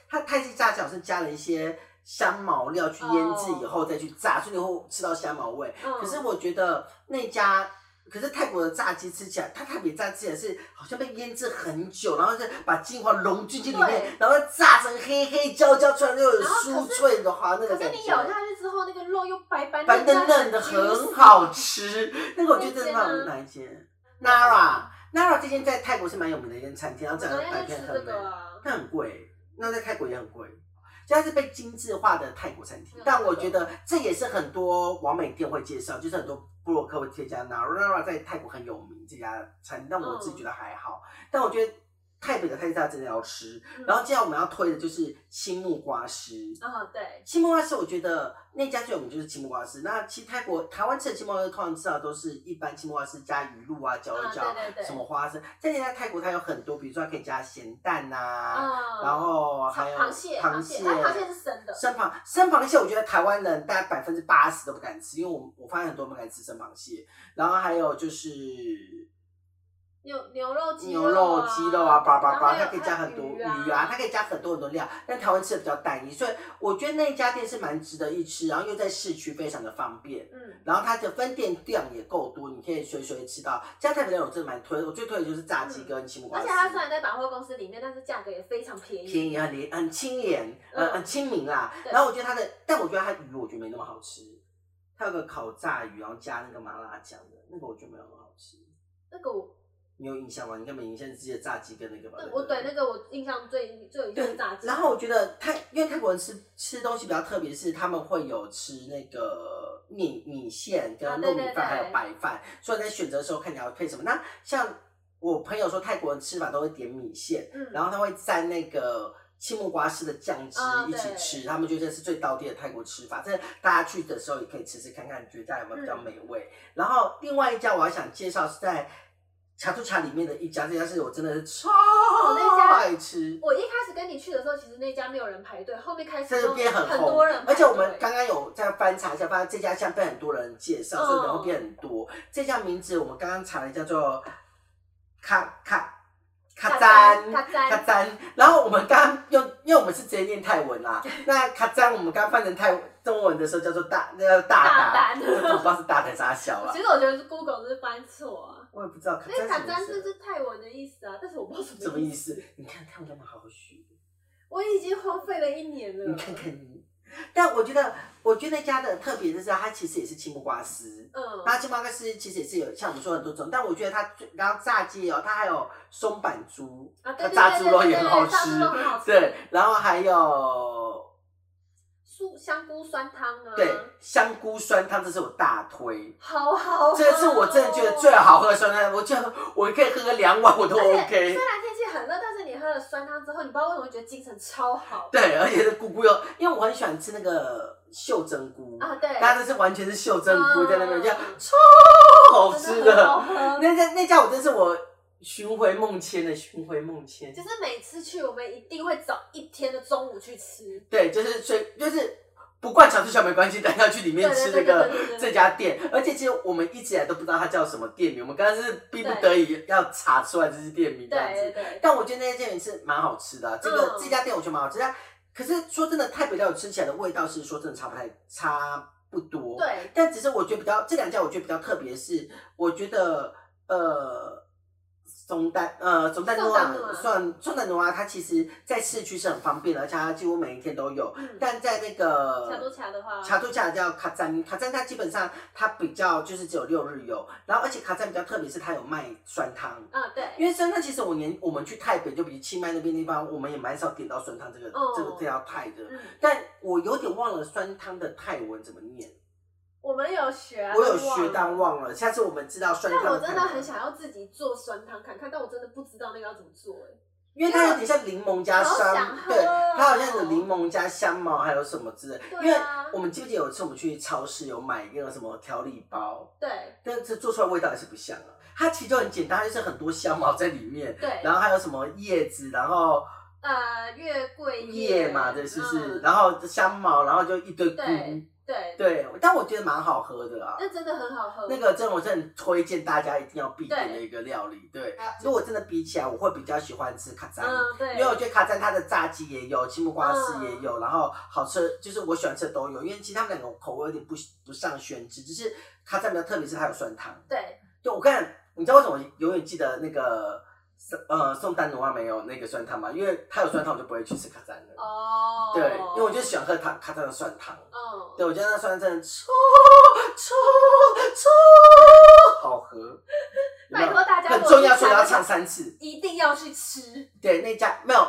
Speaker 2: 它泰式炸鸡好像加了一些香茅料去腌制以后再去炸所以你会吃到香茅味。
Speaker 1: 嗯，
Speaker 2: 可是我觉得那家，可是泰国的炸鸡吃起来，它泰北炸鸡也是好像被腌制很久，然后是把精华融进去里面
Speaker 1: 对，
Speaker 2: 然后炸成黑黑焦焦，突然就有
Speaker 1: 然后
Speaker 2: 酥
Speaker 1: 可是
Speaker 2: 脆的滑那个
Speaker 1: 可是
Speaker 2: 感
Speaker 1: 你咬
Speaker 2: 觉。
Speaker 1: 下去之后，那个肉又白白
Speaker 2: 白嫩嫩的，很好。吃。那个我觉得真的
Speaker 1: 那间呢
Speaker 2: 很哪一间？Nara Nara 这间在泰国是蛮有名的一间餐厅，然后
Speaker 1: 我
Speaker 2: 整
Speaker 1: 昨
Speaker 2: 个
Speaker 1: 天
Speaker 2: 白
Speaker 1: 就
Speaker 2: 天
Speaker 1: 吃
Speaker 2: 很
Speaker 1: 这
Speaker 2: 美。
Speaker 1: 个啊，
Speaker 2: 那很贵，那在泰国也很贵。现在是被精致化的泰国餐厅
Speaker 1: 没，有
Speaker 2: 但我觉得这也是很多网美店会介绍，就是很多布洛克会推荐 Nara 在泰国很有名这家餐厅，但我自己
Speaker 1: 嗯
Speaker 2: 觉得还好。但我觉得泰北的泰式炸真的要吃。
Speaker 1: 嗯
Speaker 2: 然后接下来我们要推的就是青木瓜丝。
Speaker 1: 啊对，
Speaker 2: 青木瓜丝，我觉得那家最有名就是青木瓜丝。那其实泰国、台湾吃的青木瓜丝，通常吃到都是一般青木瓜丝加鱼露啊、绞肉
Speaker 1: 啊
Speaker 2: 角、
Speaker 1: 对对对，
Speaker 2: 什么花生。但现在泰国它有很多，比如说它可以加咸蛋呐、
Speaker 1: 啊？
Speaker 2: 然后还有
Speaker 1: 螃蟹，
Speaker 2: 螃
Speaker 1: 蟹，但螃蟹是生的，
Speaker 2: 生螃生螃蟹，我觉得台湾人大概百分之八十都不敢吃，因为我我发现很多人不敢吃生螃蟹。然后还有就是
Speaker 1: 牛牛肉、鸡
Speaker 2: 牛
Speaker 1: 肉
Speaker 2: 肉、
Speaker 1: 啊
Speaker 2: 鸡肉啊，叭叭叭，
Speaker 1: 然后还有
Speaker 2: 它可以加很多
Speaker 1: 鱼
Speaker 2: 鱼啊，它可以加很多很多料，但台湾吃的比较单一，所以我觉得那一家店是蛮值得一吃，然后又在市区非常的方便。
Speaker 1: 嗯，
Speaker 2: 然后它的分店量也够多，你可以随随吃到。加泰北料理我真的蛮推的，我最推的就是炸鸡跟青木瓜
Speaker 1: 嗯而
Speaker 2: 丝，
Speaker 1: 且它虽然在百货公司里面，但是价格也非常便宜。
Speaker 2: 便宜很廉很清廉，呃
Speaker 1: 嗯
Speaker 2: 很亲民啦。
Speaker 1: 对
Speaker 2: 然后我觉得它的，但我觉得它鱼我觉得没那么好吃，它有个烤炸鱼，然后加那个麻辣酱的那个我觉得没有很好吃。
Speaker 1: 那个我，
Speaker 2: 你有印象吗？你根本印象只记得炸鸡跟那个吧
Speaker 1: 那？嗯我对那个我印象最最有印象是炸鸡。
Speaker 2: 然后我觉得泰，因为泰国人吃吃东西比较特别，是他们会有吃那个米米线跟
Speaker 1: 啊对
Speaker 2: 糯米
Speaker 1: 对
Speaker 2: 饭，还有
Speaker 1: 对
Speaker 2: 白饭，所以在选择的时候看你要配什么。那像我朋友说，泰国人吃法都会点米线，
Speaker 1: 嗯，
Speaker 2: 然后他会蘸那个青木瓜丝的酱汁
Speaker 1: 啊
Speaker 2: 一起
Speaker 1: 对
Speaker 2: 吃，他们觉得这是最道地的泰国吃法。这大家去的时候也可以吃吃看看，觉得这样有没有比较
Speaker 1: 嗯
Speaker 2: 美味。然后另外一家我还想介绍是在茶都茶里面的一家，这家是我真的是超
Speaker 1: 哦那家
Speaker 2: 爱吃。
Speaker 1: 我一开始跟你去的时候，其实那家没有人排队，后面开
Speaker 2: 这
Speaker 1: 始
Speaker 2: 就
Speaker 1: 都
Speaker 2: 变很红，
Speaker 1: 哦多人排队，
Speaker 2: 而且我们刚刚有在翻查一下，发现这家像被很多人介绍，所以人会
Speaker 1: 嗯
Speaker 2: 变很多。这家名字我们刚刚查了一下，叫做卡卡卡赞
Speaker 1: 卡赞
Speaker 2: 卡赞。然后我们刚刚用，因为我们是直接念泰文 啦，那卡赞我们刚翻成泰文中文的时候叫做大，那叫大达，
Speaker 1: 大胆。
Speaker 2: 我不知道是大胆啥小 啦
Speaker 1: 其，实我觉得是 Google 是翻错啊，
Speaker 2: 我也不知道卡
Speaker 1: 因为
Speaker 2: 赞什
Speaker 1: 卡
Speaker 2: 么
Speaker 1: 赞
Speaker 2: 意
Speaker 1: 是
Speaker 2: 思
Speaker 1: 是泰文的意思啊，但是我不知道
Speaker 2: 什
Speaker 1: 什
Speaker 2: 么
Speaker 1: 么
Speaker 2: 意
Speaker 1: 思。
Speaker 2: 思。你看泰文那么好学。
Speaker 1: 我已经荒废了一年了。
Speaker 2: 你看看你。但我觉得，我觉得那家的特别就是它其实也是青木瓜丝，
Speaker 1: 嗯，
Speaker 2: 那青木瓜丝其实也是有像我们说很多种，但我觉得它最然后炸鸡哦，它还有松板猪，
Speaker 1: 啊对对对
Speaker 2: 炸猪肉也很好
Speaker 1: 对对对炸猪肉很好
Speaker 2: 吃，
Speaker 1: 吃
Speaker 2: 对，然后还有
Speaker 1: 素香菇酸汤啊，
Speaker 2: 对香菇酸汤，这是我大推。
Speaker 1: 好好喝哦，
Speaker 2: 这个是我真的觉得最好喝的酸汤，我就我可以喝个两碗我都
Speaker 1: 而且
Speaker 2: OK
Speaker 1: 虽。然天气很热，但是你喝了酸汤之后，你不知道为什么觉得精神超好
Speaker 2: 对，而且这菇菇又，因为我很喜欢吃那个袖珍菇，
Speaker 1: 啊！对，
Speaker 2: 它这是完全是袖珍菇在那边，
Speaker 1: 嗯
Speaker 2: 这样超好吃
Speaker 1: 真
Speaker 2: 的。
Speaker 1: 的很好 喝。
Speaker 2: 那家那家我真是我寻回梦牵的寻回梦牵
Speaker 1: 就，是每次去，我们一定会找一天的中午去吃。
Speaker 2: 对，就是最就是不灌小吃小没关系，但要去里面吃那
Speaker 1: 对对对
Speaker 2: 个
Speaker 1: 对对对
Speaker 2: 这家店，而且其实我们一直以来都不知道它叫什么店名，我们刚刚是逼不得已要查出来这是店名这样
Speaker 1: 对
Speaker 2: 子。
Speaker 1: 对，
Speaker 2: 但我觉得那家店也是蛮好吃的啊、这个、
Speaker 1: 嗯
Speaker 2: 这家店我觉得蛮好吃，但可是说真的，泰北料理吃起来的味道是说真的差不太差不多，
Speaker 1: 对，
Speaker 2: 但只是我觉得比较这两家，我觉得比较特别是，我觉得呃，松丹呃松丹诺
Speaker 1: 松丹诺啊
Speaker 2: 瓦
Speaker 1: 瓦
Speaker 2: 算松丹诺瓦，它其实在市区是很方便的，而且它几乎每一天都有。
Speaker 1: 嗯，
Speaker 2: 但在那个
Speaker 1: 卡多卡的话，
Speaker 2: 卡杜加叫卡赞，卡赞它基本上它比较就是只有六日有，然后而且卡赞比较特别是它有卖酸汤。
Speaker 1: 啊对，
Speaker 2: 因为酸汤其实我连我们去泰北就比清迈那边地方，我们也蛮少点到酸汤这个、这个
Speaker 1: 哦
Speaker 2: 这条泰的，
Speaker 1: 嗯，
Speaker 2: 但我有点忘了酸汤的泰文怎么念。
Speaker 1: 我们有学，
Speaker 2: 我有学，但忘了，下次我们知道酸汤。
Speaker 1: 但我真的很，想要自己做酸汤看看，但我真的不知道那个要怎么做哎。
Speaker 2: 因为它有点像柠檬加
Speaker 1: 好
Speaker 2: 香
Speaker 1: 想，喝哦
Speaker 2: 对，它好像有柠檬加香茅，还有什么之类。因
Speaker 1: 对
Speaker 2: 为
Speaker 1: 啊
Speaker 2: 我们记不记得有一次我们去超市有买那个什么调理包，
Speaker 1: 对
Speaker 2: 但是做出来味道还是不像啊。它其实就很简单，它就是很多香茅在里面，
Speaker 1: 对，
Speaker 2: 然后还有什么叶子，然后
Speaker 1: 呃，月桂
Speaker 2: 叶嘛，对，是不是？
Speaker 1: 嗯
Speaker 2: 然后香茅，然后就一堆菇，
Speaker 1: 对对，
Speaker 2: 对，但我觉得蛮好喝的啊。
Speaker 1: 那真的很好喝。嗯
Speaker 2: 那个真的我真的很推荐大家一定要必点的一个料理。对
Speaker 1: 啊，
Speaker 2: 如果真的比起来，我会比较喜欢吃卡赞。
Speaker 1: 嗯对，嗯
Speaker 2: 因为我觉得卡赞它的炸鸡也有，青木瓜丝也有，然后好吃就是我喜欢吃的都有。因为其实他们两个口味有点不不上宣之，只是卡赞比较特别是它有酸汤。
Speaker 1: 对
Speaker 2: 对，我看你知道为什么我永远记得那个呃宋丹奴啊没有那个酸汤吗？因为它有酸汤，我就不会去吃卡赞了。
Speaker 1: 哦，
Speaker 2: 对，因为我就喜欢喝卡卡赞的酸汤。
Speaker 1: 嗯，
Speaker 2: 对，我觉得那酸真的超超超好喝。
Speaker 1: 拜托大家
Speaker 2: 很
Speaker 1: 如果
Speaker 2: 重要，
Speaker 1: 去
Speaker 2: 所以
Speaker 1: 查
Speaker 2: 要
Speaker 1: 的
Speaker 2: 唱
Speaker 1: 话
Speaker 2: 三次。
Speaker 1: 一定要去吃，
Speaker 2: 对，那家没有，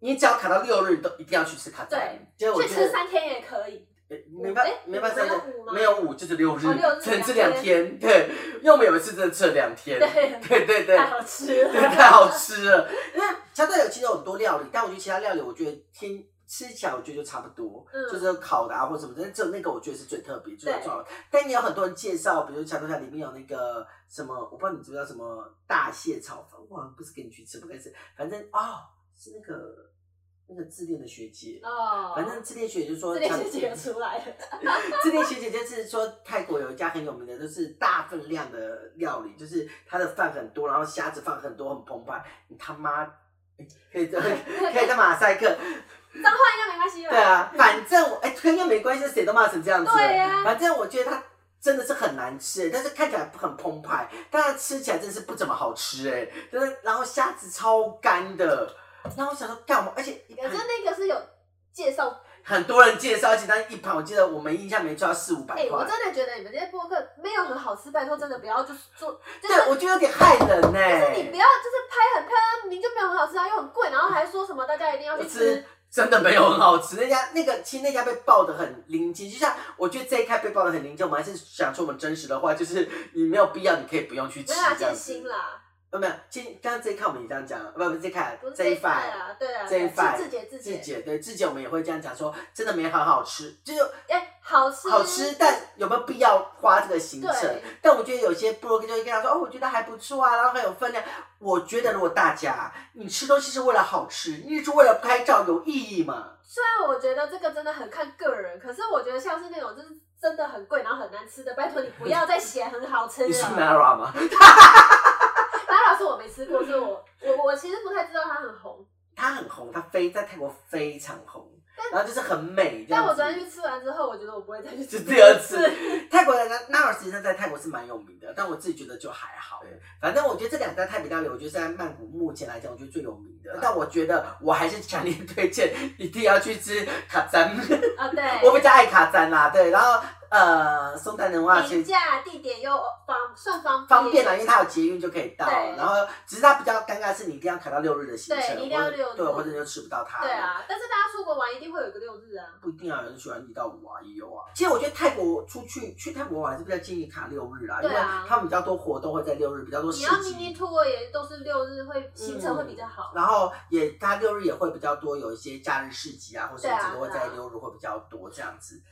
Speaker 2: 你只要卡到六日都一定要去吃卡赞。对，我
Speaker 1: 去
Speaker 2: 觉
Speaker 1: 吃
Speaker 2: 得
Speaker 1: 三天也可以。
Speaker 2: 呃没办
Speaker 1: 哎
Speaker 2: 没办法
Speaker 1: 没有五，吗
Speaker 2: 没有五就是六日
Speaker 1: 哦六，日
Speaker 2: 只能吃
Speaker 1: 两
Speaker 2: 两天。对，因为我们有一次真的吃了两天。
Speaker 1: 对，
Speaker 2: 对对对
Speaker 1: 太。好吃了
Speaker 2: 对，。太好吃了。因为加泰有其实有很多料理，但我觉得其他料理，我觉得天吃起来我觉得就差不多，
Speaker 1: 嗯
Speaker 2: 就是烤的啊或什么的，只有那个我觉得是最特别，就是
Speaker 1: 对
Speaker 2: 最好。但也有很多人介绍，比如加泰里面有那个什么，我不知道你知不知道什么大蟹炒饭，我好像不是给你去吃，不该吃，反正哦是那个那个自恋的学姐，
Speaker 1: 哦，
Speaker 2: 反正自恋学姐就说
Speaker 1: 这类
Speaker 2: 他们
Speaker 1: 学姐又 出来了，
Speaker 2: 这类学姐就是说，泰国有一家很有名的，就是大分量的料理，就是它的饭很多，然后虾子放很多，很澎湃。你他妈欸可以在 可以在马赛克，
Speaker 1: 脏话应该没关系吧？
Speaker 2: 对啊，反正我哎，跟应没关系，谁都骂成这样子了。
Speaker 1: 对呀
Speaker 2: 反正我觉得它真的是很难吃，但是看起来很澎湃，但它吃起来真是不怎么好吃哎，就是然后虾子超干的，然后我想说干嘛？而且
Speaker 1: 可是那个是有介绍
Speaker 2: 很多人介绍，而且那一盘我记得我们印象没错要四五百
Speaker 1: 哎、
Speaker 2: 块。
Speaker 1: 我真的觉得你们这些播客没有很好吃，拜托，真的不要就是做，就
Speaker 2: 对，
Speaker 1: 是
Speaker 2: 我觉得有点害人哎呢、
Speaker 1: 哎你不要就是拍很漂亮，明明就没有很好吃啊，又很贵，然后还说什么大家一定要
Speaker 2: 我
Speaker 1: 去
Speaker 2: 吃
Speaker 1: 吃，
Speaker 2: 真的没有很好吃，那家那个其实那家被爆的很临近，就像我觉得这一开被爆的很临近，我们还是想说我们真实的话，就是你没有必要，你可以不用去吃
Speaker 1: 没有啊啦，
Speaker 2: 这样
Speaker 1: 见
Speaker 2: 子
Speaker 1: 心。啦，
Speaker 2: 呃，没有，其实刚刚这一看我们也这样讲了，不不，这一看
Speaker 1: 不是
Speaker 2: 这一
Speaker 1: 饭
Speaker 2: 饭。
Speaker 1: 啊，对啊，
Speaker 2: 这一
Speaker 1: 对
Speaker 2: 饭
Speaker 1: 是自己自
Speaker 2: 志
Speaker 1: 己，
Speaker 2: 姐对志姐，我们也会这样讲说，真的没很好吃，就是
Speaker 1: 哎、好吃
Speaker 2: 好吃，但有没有必要花这个行程
Speaker 1: 对？
Speaker 2: 但我觉得有些部落客就会跟他说，哦，我觉得还不错啊，然后很有分量。我觉得如果大家你吃东西是为了好吃，你是为了拍照有意义吗？
Speaker 1: 虽然我觉得这个真的很看个人，可是我觉得像是那种就是真的很贵，然后很难吃的，拜托你不要再写很好吃
Speaker 2: 你是
Speaker 1: 了。
Speaker 2: Nara 吗？
Speaker 1: 那老师我没吃过，所以我我我其实不太知道它很红。
Speaker 2: 它很红，它非在泰国非常红，然后就是很美这样
Speaker 1: 但
Speaker 2: 子。
Speaker 1: 我昨天去吃完之后，我觉得我不会再去吃
Speaker 2: 是第二次。 泰国的 Nara 实际上在泰国是蛮有名的，但我自己觉得就还好。反正我觉得这两家泰北料理，我觉得在曼谷目前来讲，我觉得最有名的。但我觉得我还是强烈推荐，一定要去吃卡赞。
Speaker 1: 啊，对，
Speaker 2: 我比较爱卡赞啦，对。然后呃，松丹的话，其
Speaker 1: 平
Speaker 2: 实
Speaker 1: 价地点又方算方
Speaker 2: 方便啦，啊因为它有捷运就可以到。
Speaker 1: 对
Speaker 2: 然后只是它比较尴尬的是，你一定要卡到六日的行程，
Speaker 1: 对你一定要
Speaker 2: 或者
Speaker 1: 六日
Speaker 2: 对，或者就吃不到它。
Speaker 1: 对啊，但是大家出国玩一定会有一个六日啊。
Speaker 2: 不一定啊，有人喜欢一到五啊，也有啊。其实我觉得泰国出去去泰国玩还是比较建议卡六日啊，因
Speaker 1: 对啊
Speaker 2: 为他们比较多活动会在六日，比较多
Speaker 1: 你
Speaker 2: 市
Speaker 1: 要迷你
Speaker 2: 集，
Speaker 1: 托也都是六日会行程会比较好。
Speaker 2: 然后也他六日也会比较多有一些假日市集啊，或什么
Speaker 1: 对啊
Speaker 2: 这个会在
Speaker 1: 对啊
Speaker 2: 六日会比较多这样子。